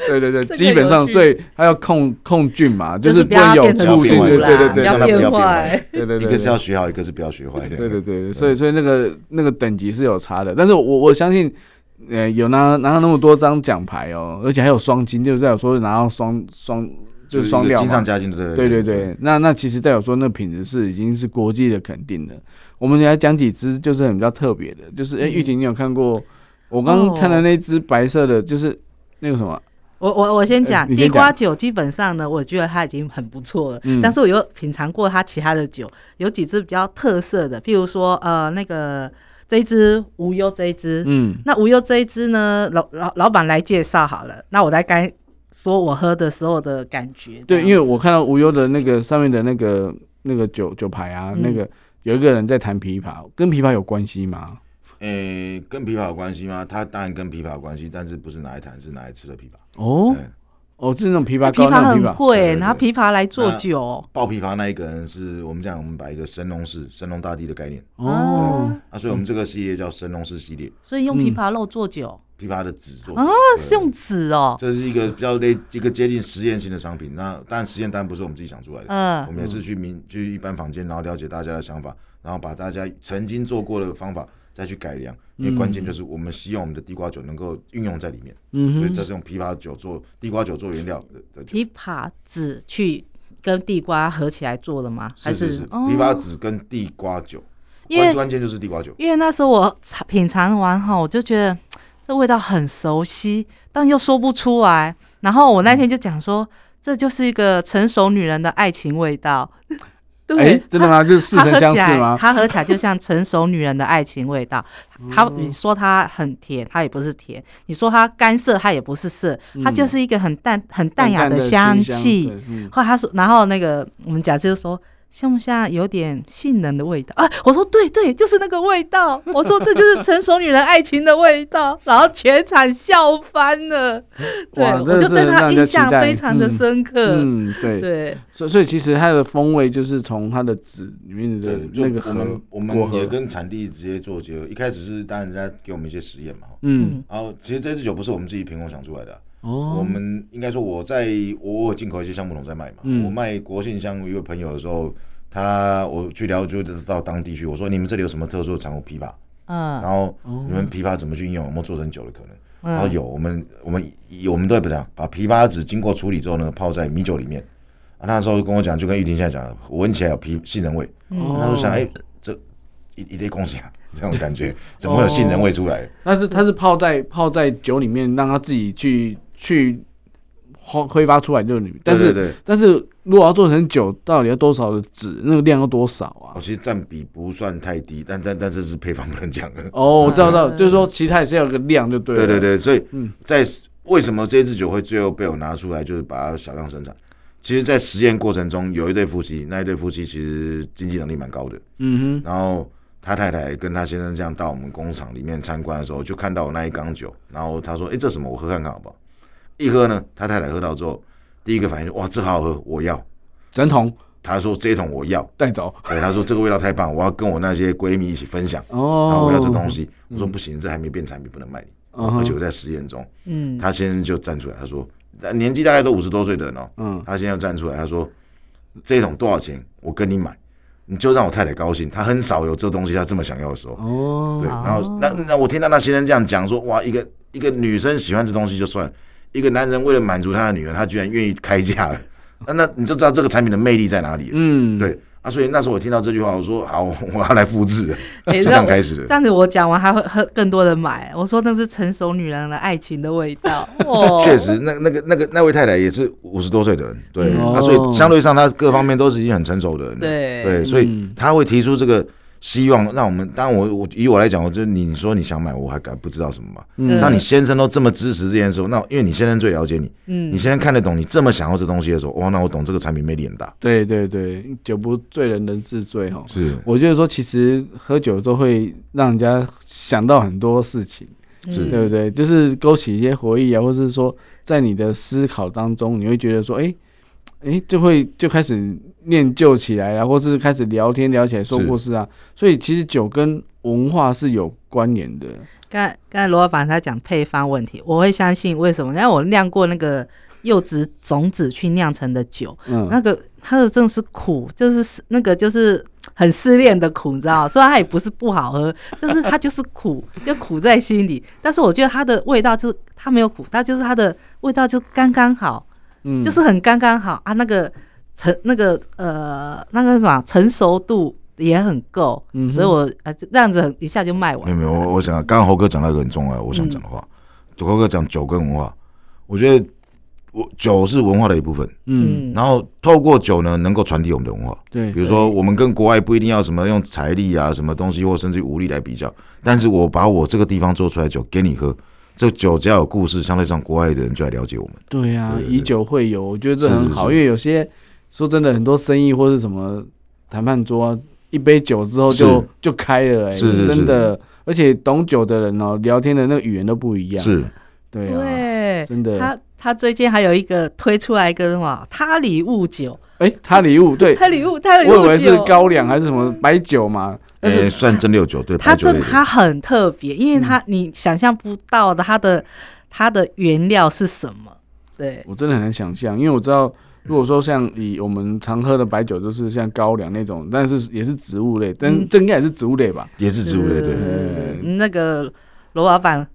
对对对
这，个
基本上
有趣
所以它要控控菌嘛，
就是是
啊不
不
能
要
有
变成
促
醋
进，
啦
对对对
不
对
要
不
让它
变
不要变
坏。
对对
一
对，
个是要学好，一个是不要学坏的。
对嗯对对，所以所以那个那个等级是有差的，但是我我相信。呃，有拿拿到那么多张奖牌哦，而且还有双金，就是代表说拿到双双就是双
一个
料
金
嘛
上，加金，对对
对对对，那那其实代表说那品质是已经是国际的肯定了。我们来讲几只就是很比较特别的，就是哎，
嗯
玉婷你有看过？我刚刚看
哦
的那只白色的，就是那个什么，
我我我先讲
呃你先
地
讲
瓜酒，基本上呢，我觉得它已经很不错了。
嗯
但是我有品尝过它其他的酒，有几支比较特色的，譬如说呃那个这一支无忧这一支，
嗯，
那无忧这一支呢，老老老板来介绍好了，那我来该说我喝的时候的感觉。
对，
这样
因为我看到无忧的那个上面的那个那个酒酒牌啊，
嗯
那个有一个人在弹琵琶，跟琵琶有关系吗？
诶、跟琵琶有关系吗？它当然跟琵琶有关系，但是不是拿来弹，是拿来吃的琵琶。
哦
嗯
哦，是那种琵琶
琵
膏那
琶
种
很
琵琶，
对
贵，
对
拿琵琶来做
那
哦
酒，
爆琵琶那一个人是我们讲我们把一个神农氏、神农大帝的概念
哦，
啊，所以我们这个系列叫神农氏系列，
所以用
嗯
琵琶肉做酒
琵琶的籽做
啊
那
是用纸哦，
这是一个比较类一个接近实验性的商品。那当然实验单不是我们自己想出来的，
嗯
我们也是去民去一般房间，然后了解大家的想法，然后把大家曾经做过的方法再去改良。因为关键就是我们希望我们的地瓜酒能够运用在里面，所以
嗯
这
哼，
是用枇杷酒做地瓜酒做原料的的酒。
琵琶籽去跟地瓜合起来做的吗？还
是是是，
哦
枇杷籽跟地瓜酒，
因为
关关键就是地瓜酒。
因为那时候我尝品尝完后，我就觉得这味道很熟悉，但又说不出来。然后我那天就讲说，
嗯
这就是一个成熟女人的爱情味道。 对，
哎，真的吗？就是似
它
曾
喝
相
起
识
来，
吗？嗯
它喝起来就像成熟女人的爱情味道。它你说它很甜，它也不是甜；你说它干涩，它也不是涩，它
嗯
就是一个很淡、很淡雅
淡的
香
清
气。
对嗯
后来他说，然后那个我们假设就说。像不像有点性能的味道啊？我说对对，就是那个味 道。我说这就是成熟女人爱情的味道，然后全场笑翻了。对，
哇
我
真
就
的是
对
让
他
人家
印
期
象
待
非常的
嗯
深刻。
嗯，对，
呃对，
所以所以其实它的风味就是从它的籽里面的
对，就
那个
我
核
们我
果
们也
核，
跟产地直接做结合。一开始是当然人家给我们一些实验嘛，哈
嗯，
然后其实这支酒不是我们自己凭空想出来的啊、
嗯
哦，
我们应该说我在我有进口一些橡木桶在卖嘛，
嗯
我卖国信香一位朋友的时候，他我去了解到当地去，我说你们这里有什么特殊的产物枇
啊
杷，
嗯
然后
哦
你们枇杷怎么去应用，有没有做成酒的可能？然后
嗯，
有我们我们我们都不讲，把枇杷籽经过处理之后呢，泡在米酒里面。啊、那时候跟我讲，就跟玉婷现在讲的，我闻起来有枇杏仁味，
嗯
哦
那时候想，哎、这一一堆贡献这种感觉， 怎么会有杏仁味出来？
它是它是泡在泡在酒里面，让它自己去去挥挥发出来就是你，但
对
是
对对，
但是如果要做成酒，到底要多少的纸？那个量要多少
我
啊？
哦其实占比不算太低，但但但这是配方不能讲的。
哦，我知道，
嗯
知道，就是说其实它也是要有个量，就对了。
对对对，所以
嗯
在为什么这支酒会最后被我拿出来，就是把它小量生产。其实，在实验过程中，有一对夫妻，那一对夫妻其实经济能力蛮高的，
嗯
然后他太太跟他先生这样到我们工厂里面参观的时候，就看到我那一缸酒，然后他说：“哎、这什么？我喝看看好不好？”一喝呢，他太太喝到之后，第一个反应就：“哇，这好好喝，我要。
哼，整桶”
他说：“这一桶我 要。
带走。”
对，他说：“这个味道太棒，我要跟我那些闺蜜一起分享。”然
哦
后，我要这东西，我说：“
嗯
不行，这还没变产品，不能卖你，
嗯哼
而且我在实验中。”
嗯，
他先生就站出来，他说：“呃年纪大概都五十多岁的人哦，
嗯，
他现在站出来，他说这桶多少钱，我跟你买，你就让我太太高兴。他很少有这东西，他这么想要的时候。
哦
对，，
哦
然后那那我听到那先生这样讲说，哇，一个一个女生喜欢这东西就算了，一个男人为了满足他的女人，他居然愿意开价了，那那你就知道这个产品的魅力在哪里了。
嗯，
对啊，所以那时候我听到这句话，我说好， 我要来复制了，
哎
就这
让
样
我
开始
这
的。
样子我讲完还会喝更多人买。我说那是成熟女人的爱情的味 道。哦，
确实，那那个那个那位太太也是五十多岁的人，对，
嗯
啊，所以相对上她各方面都是已经很成熟的人了。
哦对
对，所以
嗯
她会提出这个希望，让我们。当然我，我以我来讲，我就你你说你想买，我还敢不知道什么嘛。
嗯
那你先生都这么支持这件事，那因为你先生最了解你，
嗯
你先生看得懂你这么想要这东西的时候，哇，那我懂这个产品魅力很大。
对对对，酒不醉人人自醉哈。
是，
我觉得说，其实喝酒都会让人家想到很多事情，
是
嗯
对不对？就是勾起一些回忆啊，或是说在你的思考当中，你会觉得说，哎、哎、就会就开始念旧起来啊，或是开始聊天聊起来，说
是
故事啊。所以其实酒跟文化是有关联的。
刚才刚才罗老板他讲配方问题，我会相信为什么？因为我酿过那个柚子种子去酿成的酒，
嗯，
那个它的真的是苦，就是那个就是很失恋的苦，你知道吗？虽然它也不是不好喝，但是它就是苦，就苦在心里。但是我觉得它的味道就是它没有苦，它就是它的味道就刚刚好，
嗯
就是很刚刚好啊。那个成那个呃那个什么成熟度也很够，
嗯哼嗯
所以我呃这样子很一下就卖完
没有。没有，我我想刚刚猴哥讲到一个很重要，我想讲的话，猴哥讲酒跟文化，我觉得我酒是文化的一部分，
嗯，
然后透过酒呢，能够传递我们的文化。
对
比，如说，我们跟国外不一定要什么用财力啊、什么东西，或甚至于武力来比较，但是我把我这个地方做出来的酒给你喝，这酒只要有故事，相对上国外的人就来了解我们。
对呀、
对对对
以酒会友，我觉得这
是
很
是
好，
是
因为有些说真的，很多生意或是什么谈判桌、啊，一杯酒之后就是就开了、欸，
是是
真的。而且懂酒的人哦，聊天的那个语言都不一样，，
是，
对啊，
对，
真的。
他他最近还有一个推出来一个什么他礼物酒，
哎、他礼物对，
他礼物他礼
我以
物
为是
酒。
高粱还是什么白酒嘛，但是
呃，算蒸馏酒对，
它
白酒
这
类的
它很特别，因为它、
嗯
你想象不到的，它的它的原料是什么？对，
我真的很难想象，因为我知道，如果说像以我们常喝的白酒，就是像高粱那种，但是也是植物类，但
嗯
这应该也是植物类吧？
也是植物类对。
是嗯那个罗老板，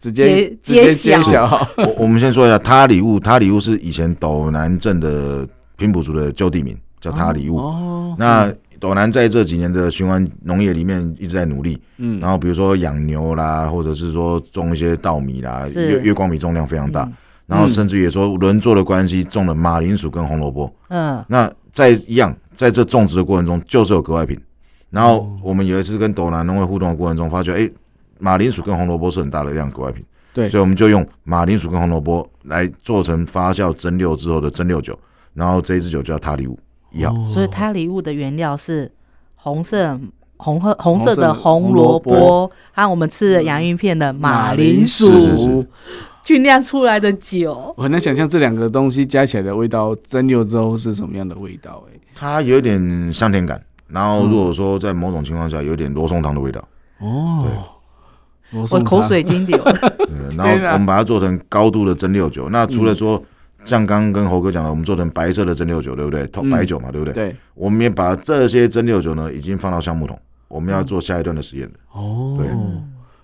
直接直
揭
接揭
揭
晓
晓，
我我们先说一下他礼物，他礼物是以前斗南镇的平埔族的旧地名，叫他礼物。
哦，
那斗南在这几年的循环农业里面一直在努力，
嗯
然后比如说养牛啦，或者是说种一些稻米啦，
是
月月光米重量非常大，
嗯
然后甚至也说轮作的关系种了马铃薯跟红萝卜。
嗯，
哦
那在一样在这种植的过程中，就是有格外品。然后我们有一次跟斗南农会互动的过程中，发觉哎、诶马铃薯跟红萝卜是很大的量格外品，
对
所以我们就用马铃薯跟红萝卜来做成发酵蒸馏之后的蒸馏酒，然后这一支酒叫塔里乌一
哦
号。
所以它礼物的原料是红色。红褐红
色的
色的红
红萝
萝
嗯
卜，还有我们吃的洋芋片的马铃薯
是是是
去酿出来的酒，
我很难想象这两个东西加起来的味道，蒸馏之后是什么样的味道、欸？
它有点香甜感，然后如果说在某种情况下有点罗宋汤的味道，
哦，我
我
送
口
他
水已经流了。
嗯
对然后我们把它做成高度的蒸馏酒。那除了说像刚刚跟猴哥讲的，我们做成白色的蒸馏酒，对不对？透
嗯
白酒嘛，对不对？
对
我们也把这些蒸馏酒呢，已经放到橡木桶，我们要做下一段的实验了。
哦
对，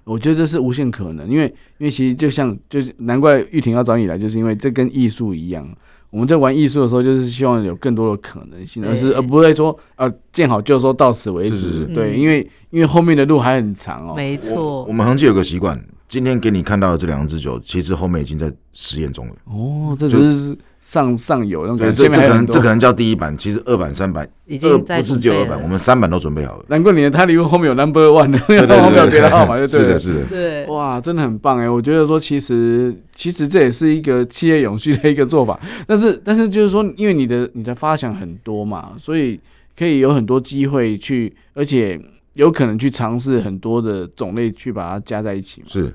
我觉得这是无限可能，因为因为其实就像就是难怪玉婷要找你来，就是因为这跟艺术一样。我们在玩艺术的时候，就是希望有更多的可能性，
对
而是而不会说呃见好就收，到此为止。
是是是
对，
嗯
因为因为后面的路还很长哦。
没
我
错
我，们恒基有个习惯，今天给你看到的这两支酒，其实后面已经在实验中了。
哦，这只是上上游那种
对，
感
这
觉，前
这
面还
可
有很
能这
多
可。能叫第一版，其实二版、三版，
已
二
经在
不是只有二
准备
版，
了
我们三版都准备好 了。
难怪你的他礼物后面有 number one，
对对
后面有别
对对
的号码就对
是
了
的，。是的。
对
哇，真的很棒哎！我觉得说，其实其实这也是一个企业永续的一个做法，但是但是就是说，因为你的你的发想很多嘛，所以可以有很多机会去，而且有可能去尝试很多的种类去把它加在一起嘛。
是，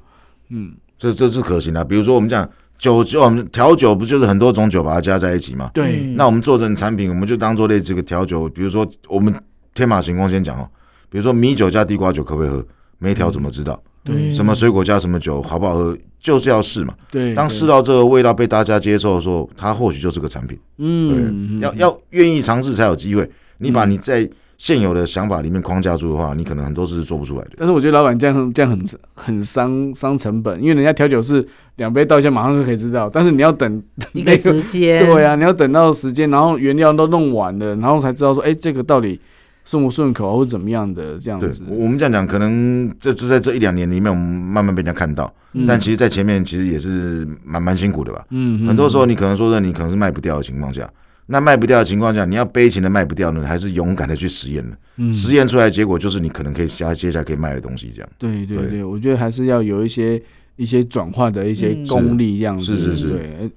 嗯，
这这是可行的。比如说我们讲酒，就我们调酒不就是很多种酒把它加在一起吗？
对，
那我们做成产品，我们就当做类似个调酒。比如说我们天马行空先讲哦，
嗯
嗯比如说米酒加地瓜酒可不可以喝？没调怎么知道？
对
嗯
什么水果加什么酒好不好喝？就是要试嘛。
对，
当
对
试，到这个味道被大家接受的时候，它或许就是个产品。
嗯，嗯嗯
要，要愿意尝试才有机会。你把你在现有的想法里面框架住的话，你可能很多事是做不出来的。
但是我觉得老板这样这样很很伤伤成本，因为人家调酒是两杯倒一下马上就可以知道，但是你要等
一个时间，
对啊，你要等到时间，然后原料都弄完了，然后才知道说，哎、这个到底顺不顺口啊或者怎么样的这样
对
子，。
我我们这样讲，可能这就在这一两年里面，我们慢慢被人家看到。
嗯
但其实，在前面其实也是蛮蛮辛苦的吧。
嗯，嗯
很多时候，你可能说的你可能是卖不掉的情况下，那卖不掉的情况下，你要悲情的卖不掉呢，还是勇敢的去实验呢？
嗯
实验出来的结果就是你可能可以下接下来可以卖的东西这样。
对对
对
对，我觉得还是要有一些一些转化的一些
嗯
功力，这样子。
是是是
对，哎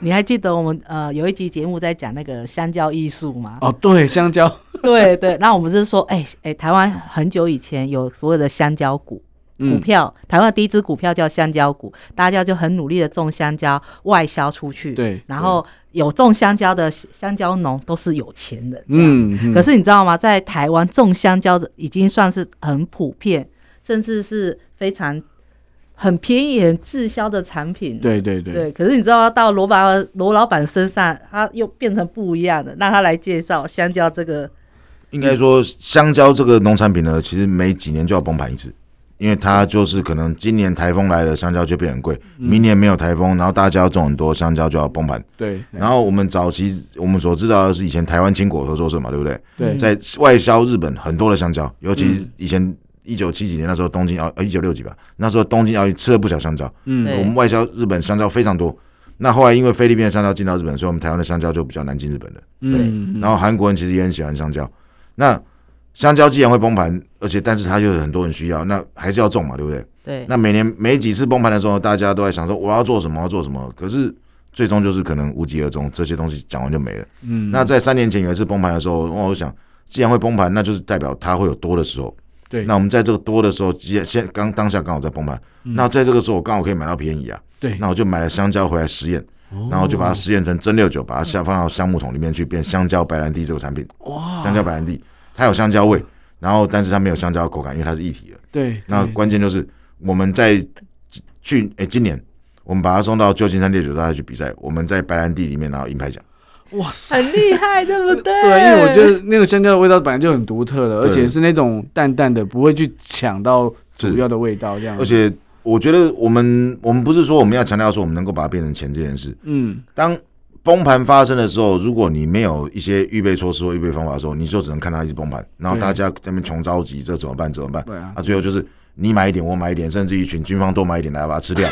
你还记得我们呃有一集节目在讲那个香蕉艺术吗？
哦， 对，香蕉，
对对，那我们是说，哎、哎、台湾很久以前有所有的香蕉股股
嗯，
票，台湾的第一只股票叫香蕉股，大家就很努力的种香蕉，外销出去。，
对，
然后有种香蕉的香蕉农都是有钱人。嗯，
嗯，嗯
可是你知道吗？在台湾种香蕉的已经算是很普遍，甚至是非常很便宜、很滞销的产品。
对对对，
对，可是你知道到罗爸罗老板身上，他又变成不一样的，让他来介绍香蕉这个
应
嗯
该说，香蕉这个农产品呢，其实每几年就要崩盘一次，因为它就是可能今年台风来了，香蕉就变很贵；
嗯
明年没有台风，然后大家要种很多香蕉就要崩盘。
对，
然后我们早期我们所知道的是以前台湾青果合作社嘛，对不对？
对
在外销日本很多的香蕉，尤其
嗯
以前一九七几年那时候东京奥呃一九六几吧，那时候东京奥运吃了不少香蕉，
嗯
对
我们外销日本香蕉非常多。那后来因为菲律宾的香蕉进到日本，所以我们台湾的香蕉就比较难进日本了。
嗯，嗯
然后韩国人其实也很喜欢香蕉。那香蕉既然会崩盘，而且但是它又有很多人需要，那还是要种嘛，对不对？
对
那每年每几次崩盘的时候，大家都在想说我要做什么，我要做什么，可是最终就是可能无疾而终，这些东西讲完就没了。
嗯，
那在三年前有一次崩盘的时候，我想既然会崩盘，那就是代表它会有多的时候。
对，
那我们在这个多的时候，既然现刚当下刚好在崩盘，
嗯
那在这个时候我刚好可以买到便宜啊，
对，哦
那我就买了香蕉回来实验。然后就把它实验成蒸馏酒，把它下放到橡木桶里面去变香蕉白兰地这个产品。
哇，
香蕉白兰地它有香蕉味，然后但是它没有香蕉口感，因为它是一体的。
对，
那
对
关键就是我们在去诶、今年我们把它送到旧金山烈酒大赛去比赛，我们在白兰地里面拿到银牌奖。
哇塞，
很厉害，对不对？
对，因为我觉得那个香蕉的味道本来就很独特了，而
对
且是那种淡淡的，不会去抢到主
是
要的味道这样子。
而且我觉得我们我们不是说我们要强调说我们能够把它变成钱这件事，
嗯，
当崩盘发生的时候，如果你没有一些预备措施或预备方法的时候，你就只能看它一直崩盘，然后
对
大家在那边穷着急，这怎么办？怎么办？
对啊
啊，，最后就是你买一点，我买一点，甚至于群军方多买一点来把它吃 掉，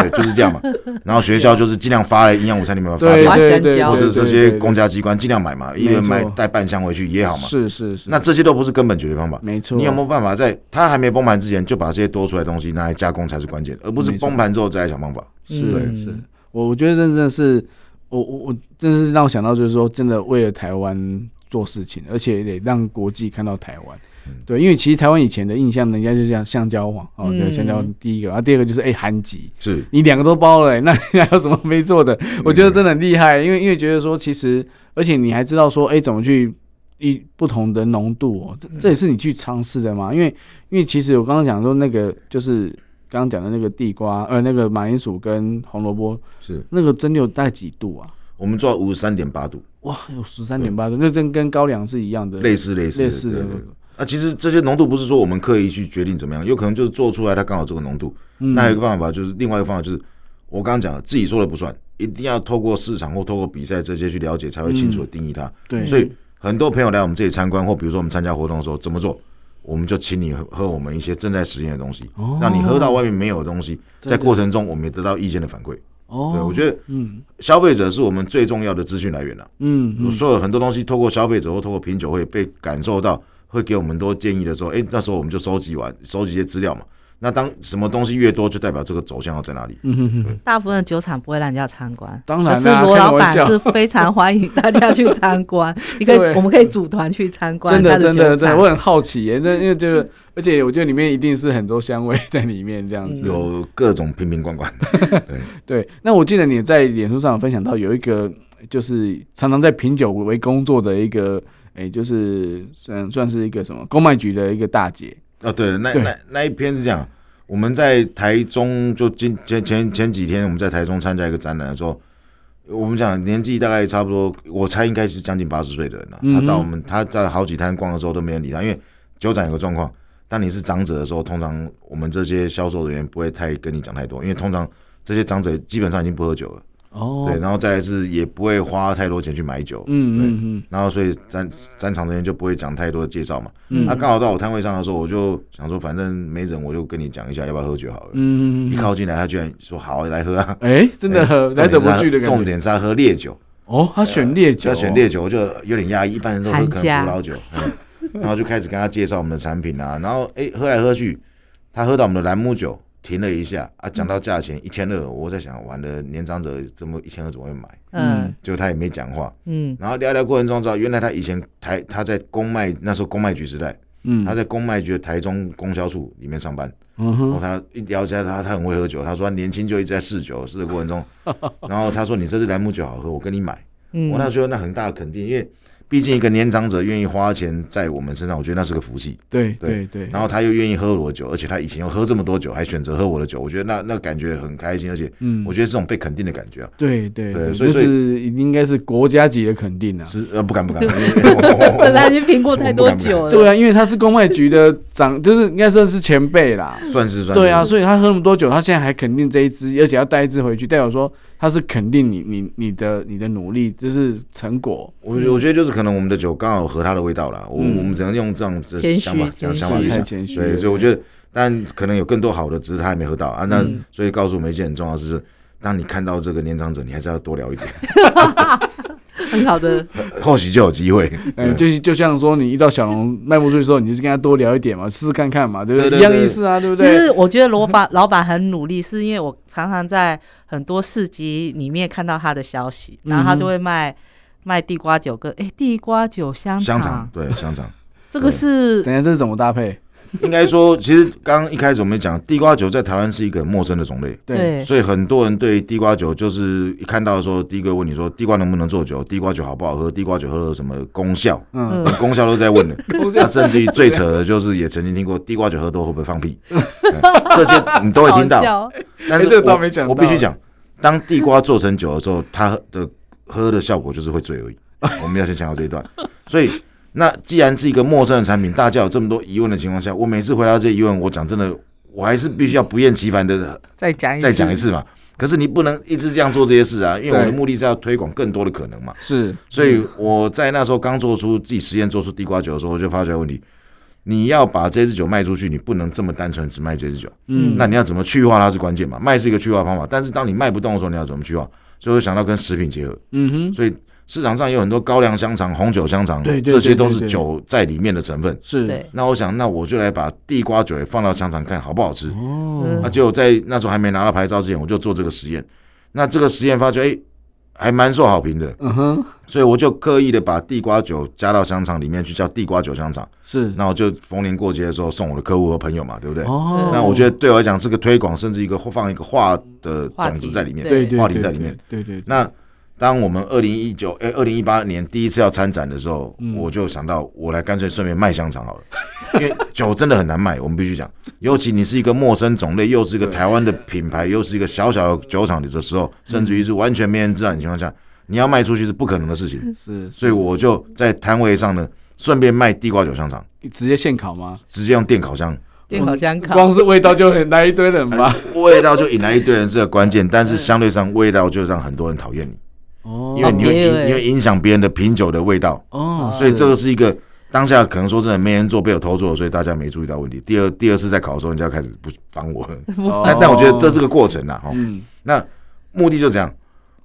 对，就是这样嘛。然后学校就是尽量发了营养午餐，你们有没有发
对
我要，
掉
对
香
对，
蕉
或
对
者这
对
些
对
公家机关尽量买嘛，一人买
没错
带半箱回去也好嘛。
是是是，
那这些都不是根本解决方法，
没错，
你有没有办法在它还没崩盘之前就把这些多出来的东西拿来加工才是关键，而不是
没错
崩盘之后再来想方法。
是
嗯
是，我我觉得真的是，我我我真的是让我想到，就是说，真的为了台湾做事情，而且得让国际看到台湾。
嗯
对，因为其实台湾以前的印象，人家就像橡胶王哦，对，
嗯
橡胶第一个，然后第二个就是哎韩籍，
是，
你两个都包了、欸 那你还有什么没做的？
嗯
我觉得真的很厉害，因为因为觉得说，其实而且你还知道说，哎、怎么去一不同的浓度哦，这
嗯
这也是你去尝试的嘛。因为因为其实我刚刚讲说那个就是刚刚讲的那个地瓜，呃，那个马铃薯跟红萝卜，
是
那个蒸馏大概几度啊？
我们做到五十三点八度，
哇，有十三点八度，那真跟高粱是一样的，
类似类似
类似
对
的
对对。那其实这些浓度不是说我们刻意去决定怎么样，有可能就是做出来它刚好这个浓度。
嗯
那还有一个办法就是另外一个方法就是我刚刚讲的自己说了不算，一定要透过市场或透过比赛这些去了解，才会清楚的定义它。
对，
所以很多朋友来我们这里参观，或比如说我们参加活动的时候怎么做，我们就请你喝喝我们一些正在实验的东西，
哦
让你喝到外面没有的东西，
真的
在过程中我们也得到意见的反馈。
哦，
对，我觉得
嗯
消费者是我们最重要的资讯来源了、
嗯嗯
所有很多东西透过消费者或透过品酒会被感受到，会给我们很多建议的时候，哎、那时候我们就收集完，收集一些资料嘛。那当什么东西越多，就代表这个走向要在哪里。
嗯哼哼哼，
大部分的酒厂不会让人家参观，
当然
可
啦
是罗
开
老
个玩
板
笑
是非常欢迎大家去参 观，你可以
对，
我们可以组团去参观
真
他
的嗯真
酒
的真的，
厂
我。很好奇耶，这因为就是，而且我觉得里面一定是很多香味在里面这样子。
有各种瓶瓶罐罐，
对，那我记得你在脸书上有分享到有一个就是常常在品酒为工作的一个，哎、就是算算是一个什么公卖局的一个大姐。
哦，对，那
对
那那一篇是这样，我们在台中就今前前前几天我们在台中参加一个展览的时候，我们讲年纪大概差不多，我猜应该是将近八十岁的人了、
嗯哼
他到我们他在好几摊逛的时候都没人理他，因为酒展有个状况，当你是长者的时候，通常我们这些销售人员不会太跟你讲太多，因为通常这些长者基本上已经不喝酒了，
哦，
对，然后再来是也不会花太多钱去买酒，
嗯嗯
然后所以展展场人员就不会讲太多的介绍嘛。
嗯，
那、刚好到我摊位上的时候，我就想说，反正没人，我就跟你讲一下，要不要喝酒好了。
嗯嗯嗯，
一靠近来，他居然说好来喝啊，
哎，真的来者不拒的感觉。
重点是他喝烈酒，
哦，他选烈酒，
要选烈酒，我就有点压抑，一般人都喝
寒
可能
假
葡萄酒，嗯然后就开始跟他介绍我们的产品啊，然后哎、喝来喝去，他喝到我们的兰姆酒，停了一下啊，讲到价钱一千二，我在想，完了年长者这么一千二怎么会买？
嗯
结果他也没讲话，
嗯
然后聊聊过程中知道，原来他以前台他在公卖那时候公卖局时代，
嗯，
他在公卖局的台中供销处里面上班。
嗯
然后
哼，
他一聊起来，他他很会喝酒。他说他年轻就一直在试酒，试的过程中，然后他说你这支兰姆酒好喝，我跟你买。我那
嗯，
时候那很大的肯定，因为毕竟一个年长者愿意花钱在我们身上，我觉得那是个福气。
对对
对
对，
然后他又愿意喝我的酒，而且他以前又喝这么多酒，还选择喝我的酒，我觉得那那感觉很开心，而且
嗯，
我觉得这种被肯定的感觉啊，
对对
对
对，
所以
这
所以
是应该是国家级的肯定啊。
是呃不敢不敢，因 为 我
但他已经品过太多酒了，
对啊，因为他是公卖局的长，就是应该算是前辈啦。
算是算是
对啊，，所以他喝那么多酒，他现在还肯定这一支，而且要带一支回去，代表说他是肯定你你你的你的努力，就是成果。
我我觉得就是可能我们的酒刚好合它的味道啦，我
嗯
我们只能用这样子
谦虚
想法
谦
想
虚
想
这
法
个
去
太
想。
谦虚了。
对，所以我觉得，但可能有更多好的，只是他还没喝到啊。那、
嗯
所以告诉我们一件很重要的事，就是当你看到这个年长者，你还是要多聊一点，
很好的，
或许就有机会。
嗯，就是就像说你遇到小龙卖不出去的时候，你就跟他多聊一点嘛，试试看看嘛，对不
对对
一样
对
意思啊，对不
其
对？
实我觉得 罗板老板很努力，是因为我常常在很多市集里面看到他的消息，
嗯
然后他就会卖卖地瓜酒跟哎地瓜酒香
香肠，对香肠，
这个是
等一下这是怎么搭配？
应该说，其实刚刚一开始我们讲地瓜酒在台湾是一个很陌生的种类，
对，
所以很多人对地瓜酒就是一看到说，第一个问你说地瓜能不能做酒，地瓜酒好不好喝，地瓜酒喝了什么功效，
嗯，
嗯
功效都在问的。
公司
那甚至于最扯的就是，也曾经听过地瓜酒喝多会不会 放屁，哎这些你都会听到。
到，
但
欸
是
这个
我
倒没想到哎
我必须讲，当地瓜做成酒的时候，它的喝的效果就是会醉而 已。我们要先强调这一段。所以，那既然是一个陌生的产品，大家有这么多疑问的情况下，我每次回答这些疑问，我讲真的，我还是必须要不厌其烦的
再讲一次
再讲一，次嘛。可是你不能一直这样做这些事啊，因为我的
对嗯
目的是要推广更多的可能嘛。
是
所以我在那时候刚做出自己实验做出地瓜酒的时候，我就发觉问题：你要把这支酒卖出去，你不能这么单纯只卖这支酒。
嗯，
那你要怎么去化它是关键嘛？卖是一个去化方法，但是当你卖不动的时候，你要怎么去化？所以我想到跟食品结合，
嗯哼，
所以市场上有很多高粱香肠、红酒香肠，
对对
这些都
对对
是
对
酒在里面的成分。
是
对，
那我想，那我就来把地瓜酒也放到香肠看好不好吃。
哦
那，结果在那时候还没拿到牌照之前，我就做这个实验。那这个实验发觉，哎、还蛮受好评的，
嗯哼，
所以我就刻意的把地瓜酒加到香肠里面去，叫地瓜酒香肠。
是
那我就逢年过节的时候送我的客户和朋友嘛，对不对？
哦，
那我觉得对我来讲是个推广，甚至一个放一个话的
话
种
题
子在里面。
对对
话题在里面，
对对对，
那当我们二零一九哎二零一八年第一次要参展的时候，
嗯
我就想到我来干脆顺便卖香肠好了， 因为酒真的很难卖，我们必须讲，尤其你是一个陌生种类，又是一个
对嗯
台湾的品牌，又是一个小小的酒厂里的时候，甚至于是完全没人知道你的情况下，你要卖出去是不可能的事情，
是
所以我就在摊位上呢，顺便卖地瓜酒香肠，
直接现烤吗？
直接用电烤箱。
电烤箱烤，
光是味道就很来一堆人吧？
味道就引来一堆人是个关键，但是相对上味道就让很多人讨厌你，
哦，
因为你会
别人
影，你会影响别人的品酒的味道，
哦，
所以
是
这个是一个当下可能说真的没人做，被我偷做了，所以大家没注意到问题。第二第二次在考的时候，人家开始不烦我了，
哦
但但我觉得这是个过程啦，哦，
嗯，
那目的就这样。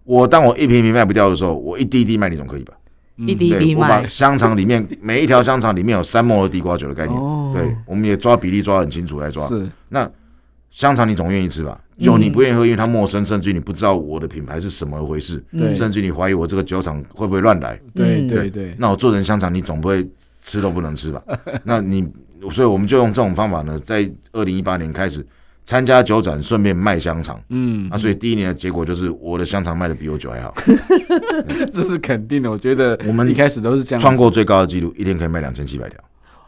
我当我一瓶一瓶卖不掉的时候，我一滴一滴卖，你总可以吧？
嗯
一滴
对，我把
卖
香肠里面每一条香肠里面有三摩的地瓜酒的概念，
哦
对，我们也抓比例抓得很清楚来抓。
是
那香肠你总愿意吃吧？
嗯
酒你不愿意喝，因为它陌生，甚至于你不知道我的品牌是什么回事，
对
甚至于你怀疑我这个酒厂会不会乱来。
对
嗯
对对，
那我做成香肠，你总不会吃都不 能吃吧？那你，所以我们就用这种方法呢，在二零一八年开始参加酒展，顺便卖香肠。
嗯
啊，，所以第一年的结果就是我的香肠卖的比我酒还好，
这是肯定的。我觉得
我 们
一开始都是这样子，
创过最高的纪录，一天可以卖两千七百条。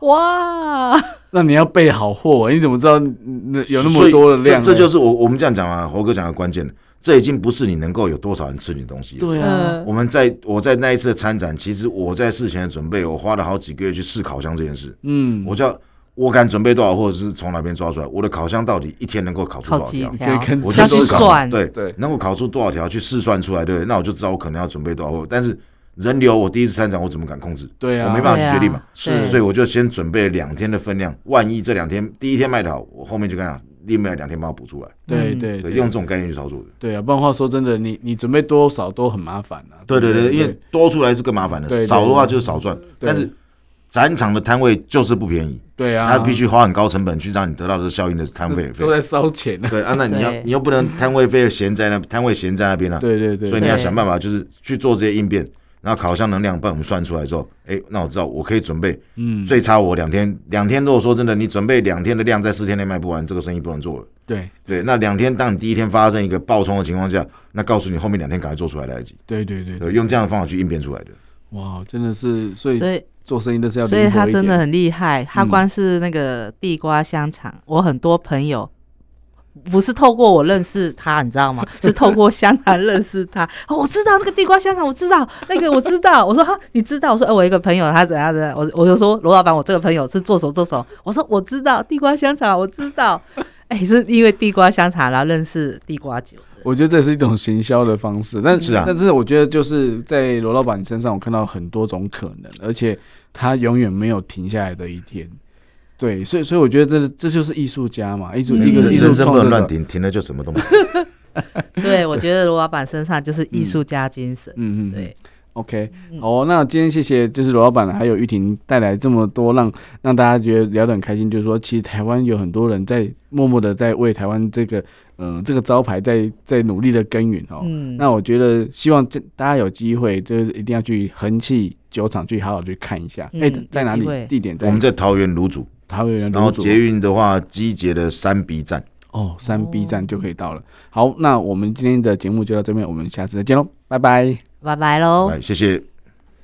哇，
那你要备好货，你怎么知道嗯那有那么多的量呢？啊
所以这这就是我我们这样讲啊，猴哥讲的关键，这已经不是你能够有多少人吃你的东西了。
对啊，
呃
我们在我在那一次的参展，其实我在事前的准备，我花了好几个月去试烤箱这件事。
嗯，
我叫我敢准备多少，或者是从哪边抓出来，我的烤箱到底一天能够烤出多
好
少
几
条？
可以
条，
跟
我
这
就
要
都
去
去
搞
烤，
算，
对，
对，
能够烤出多少条去试算出来，对不对？那我就知道我可能要准备多少货。但是人流，我第一次参展，我怎么敢控制？
对啊，
我没办法去决定嘛
对啊
是
所以我就先准备了两天的分量，万一这两天第一天卖的好，我后面就跟他另外两天帮我补出来，
对
嗯
对
对，用这种概念去操作的。
对啊，不然话说真的，你你准备多少都很麻烦啊。
对对
不
对，因为多出来是更麻烦的
对对，
少的话就是少赚，
对
但是展场的摊位就是不便宜，
对啊，
他必须花很高成本去让你得到这效应的摊位费
都。在烧钱啊。
对啊，那你要
对
你又不能摊位费闲在那，摊位闲在那边啊，
对对对，
所以你要
对
想办法就是去做这些应变。然后烤箱能量帮我们算出来之后，哎，那我知道我可以准备
嗯，
最差我两天，两天如果说真的，你准备两天的量在四天内卖不完，这个生意不能做了。
对
对，那两天当你第一天发生一个爆冲的情况下，那告诉你后面两天赶快做出来来得及，
对对对，
对，用这样的方法去应变出来的。
哇，真的是，所以
所以
做生意都是要
所以
灵活
他
一
真的
点
很厉害，他
嗯
光是那个地瓜香肠，我很多朋友。不是透过我认识他，你知道吗？ 是透过香肠认识他。哦，我知道那个地瓜香肠，我知道那个，我知道。我说哈，你知道？我说，哎、我有一个朋友，他怎样怎样。我我就说，罗老板，我这个朋友是做手做手。我说我知道地瓜香肠，我知道。哎、是因为地瓜香肠，然后认识地瓜酒。
我觉得这是一种行销的方式，但
是啊
但是我觉得就是在罗老板身上，我看到很多种可能，而且他永远没有停下来的一天。对，所以所以我觉得这这就是艺术家嘛，艺术
嗯
一个
人
艺术
人生
创
不
作
能乱
者。
停，停了就什么 都没有。
对，我觉得罗老板身上就是艺术家精神。
嗯嗯，
对，
OK，
嗯
好、那今天谢谢就是罗老板还有玉婷带来这么多让让大家觉得聊得很开心，就是说其实台湾有很多人在默默的在为台湾这个嗯、呃这个招牌在在努力的耕耘哦。
嗯，
那我觉得希望这大家有机会就是一定要去恒气酒厂去好好去看一下，哎、
嗯有
在哪
机
里
会
地点在？
我们在桃园芦竹，
桃园的
然后
芦竹
捷运的话，机捷的三 B 站。
哦，三 B 站就可以到了。好，那我们今天的节目就到这边，我们下次再见喽，拜拜。
拜拜喽。
哦
哎来，谢谢。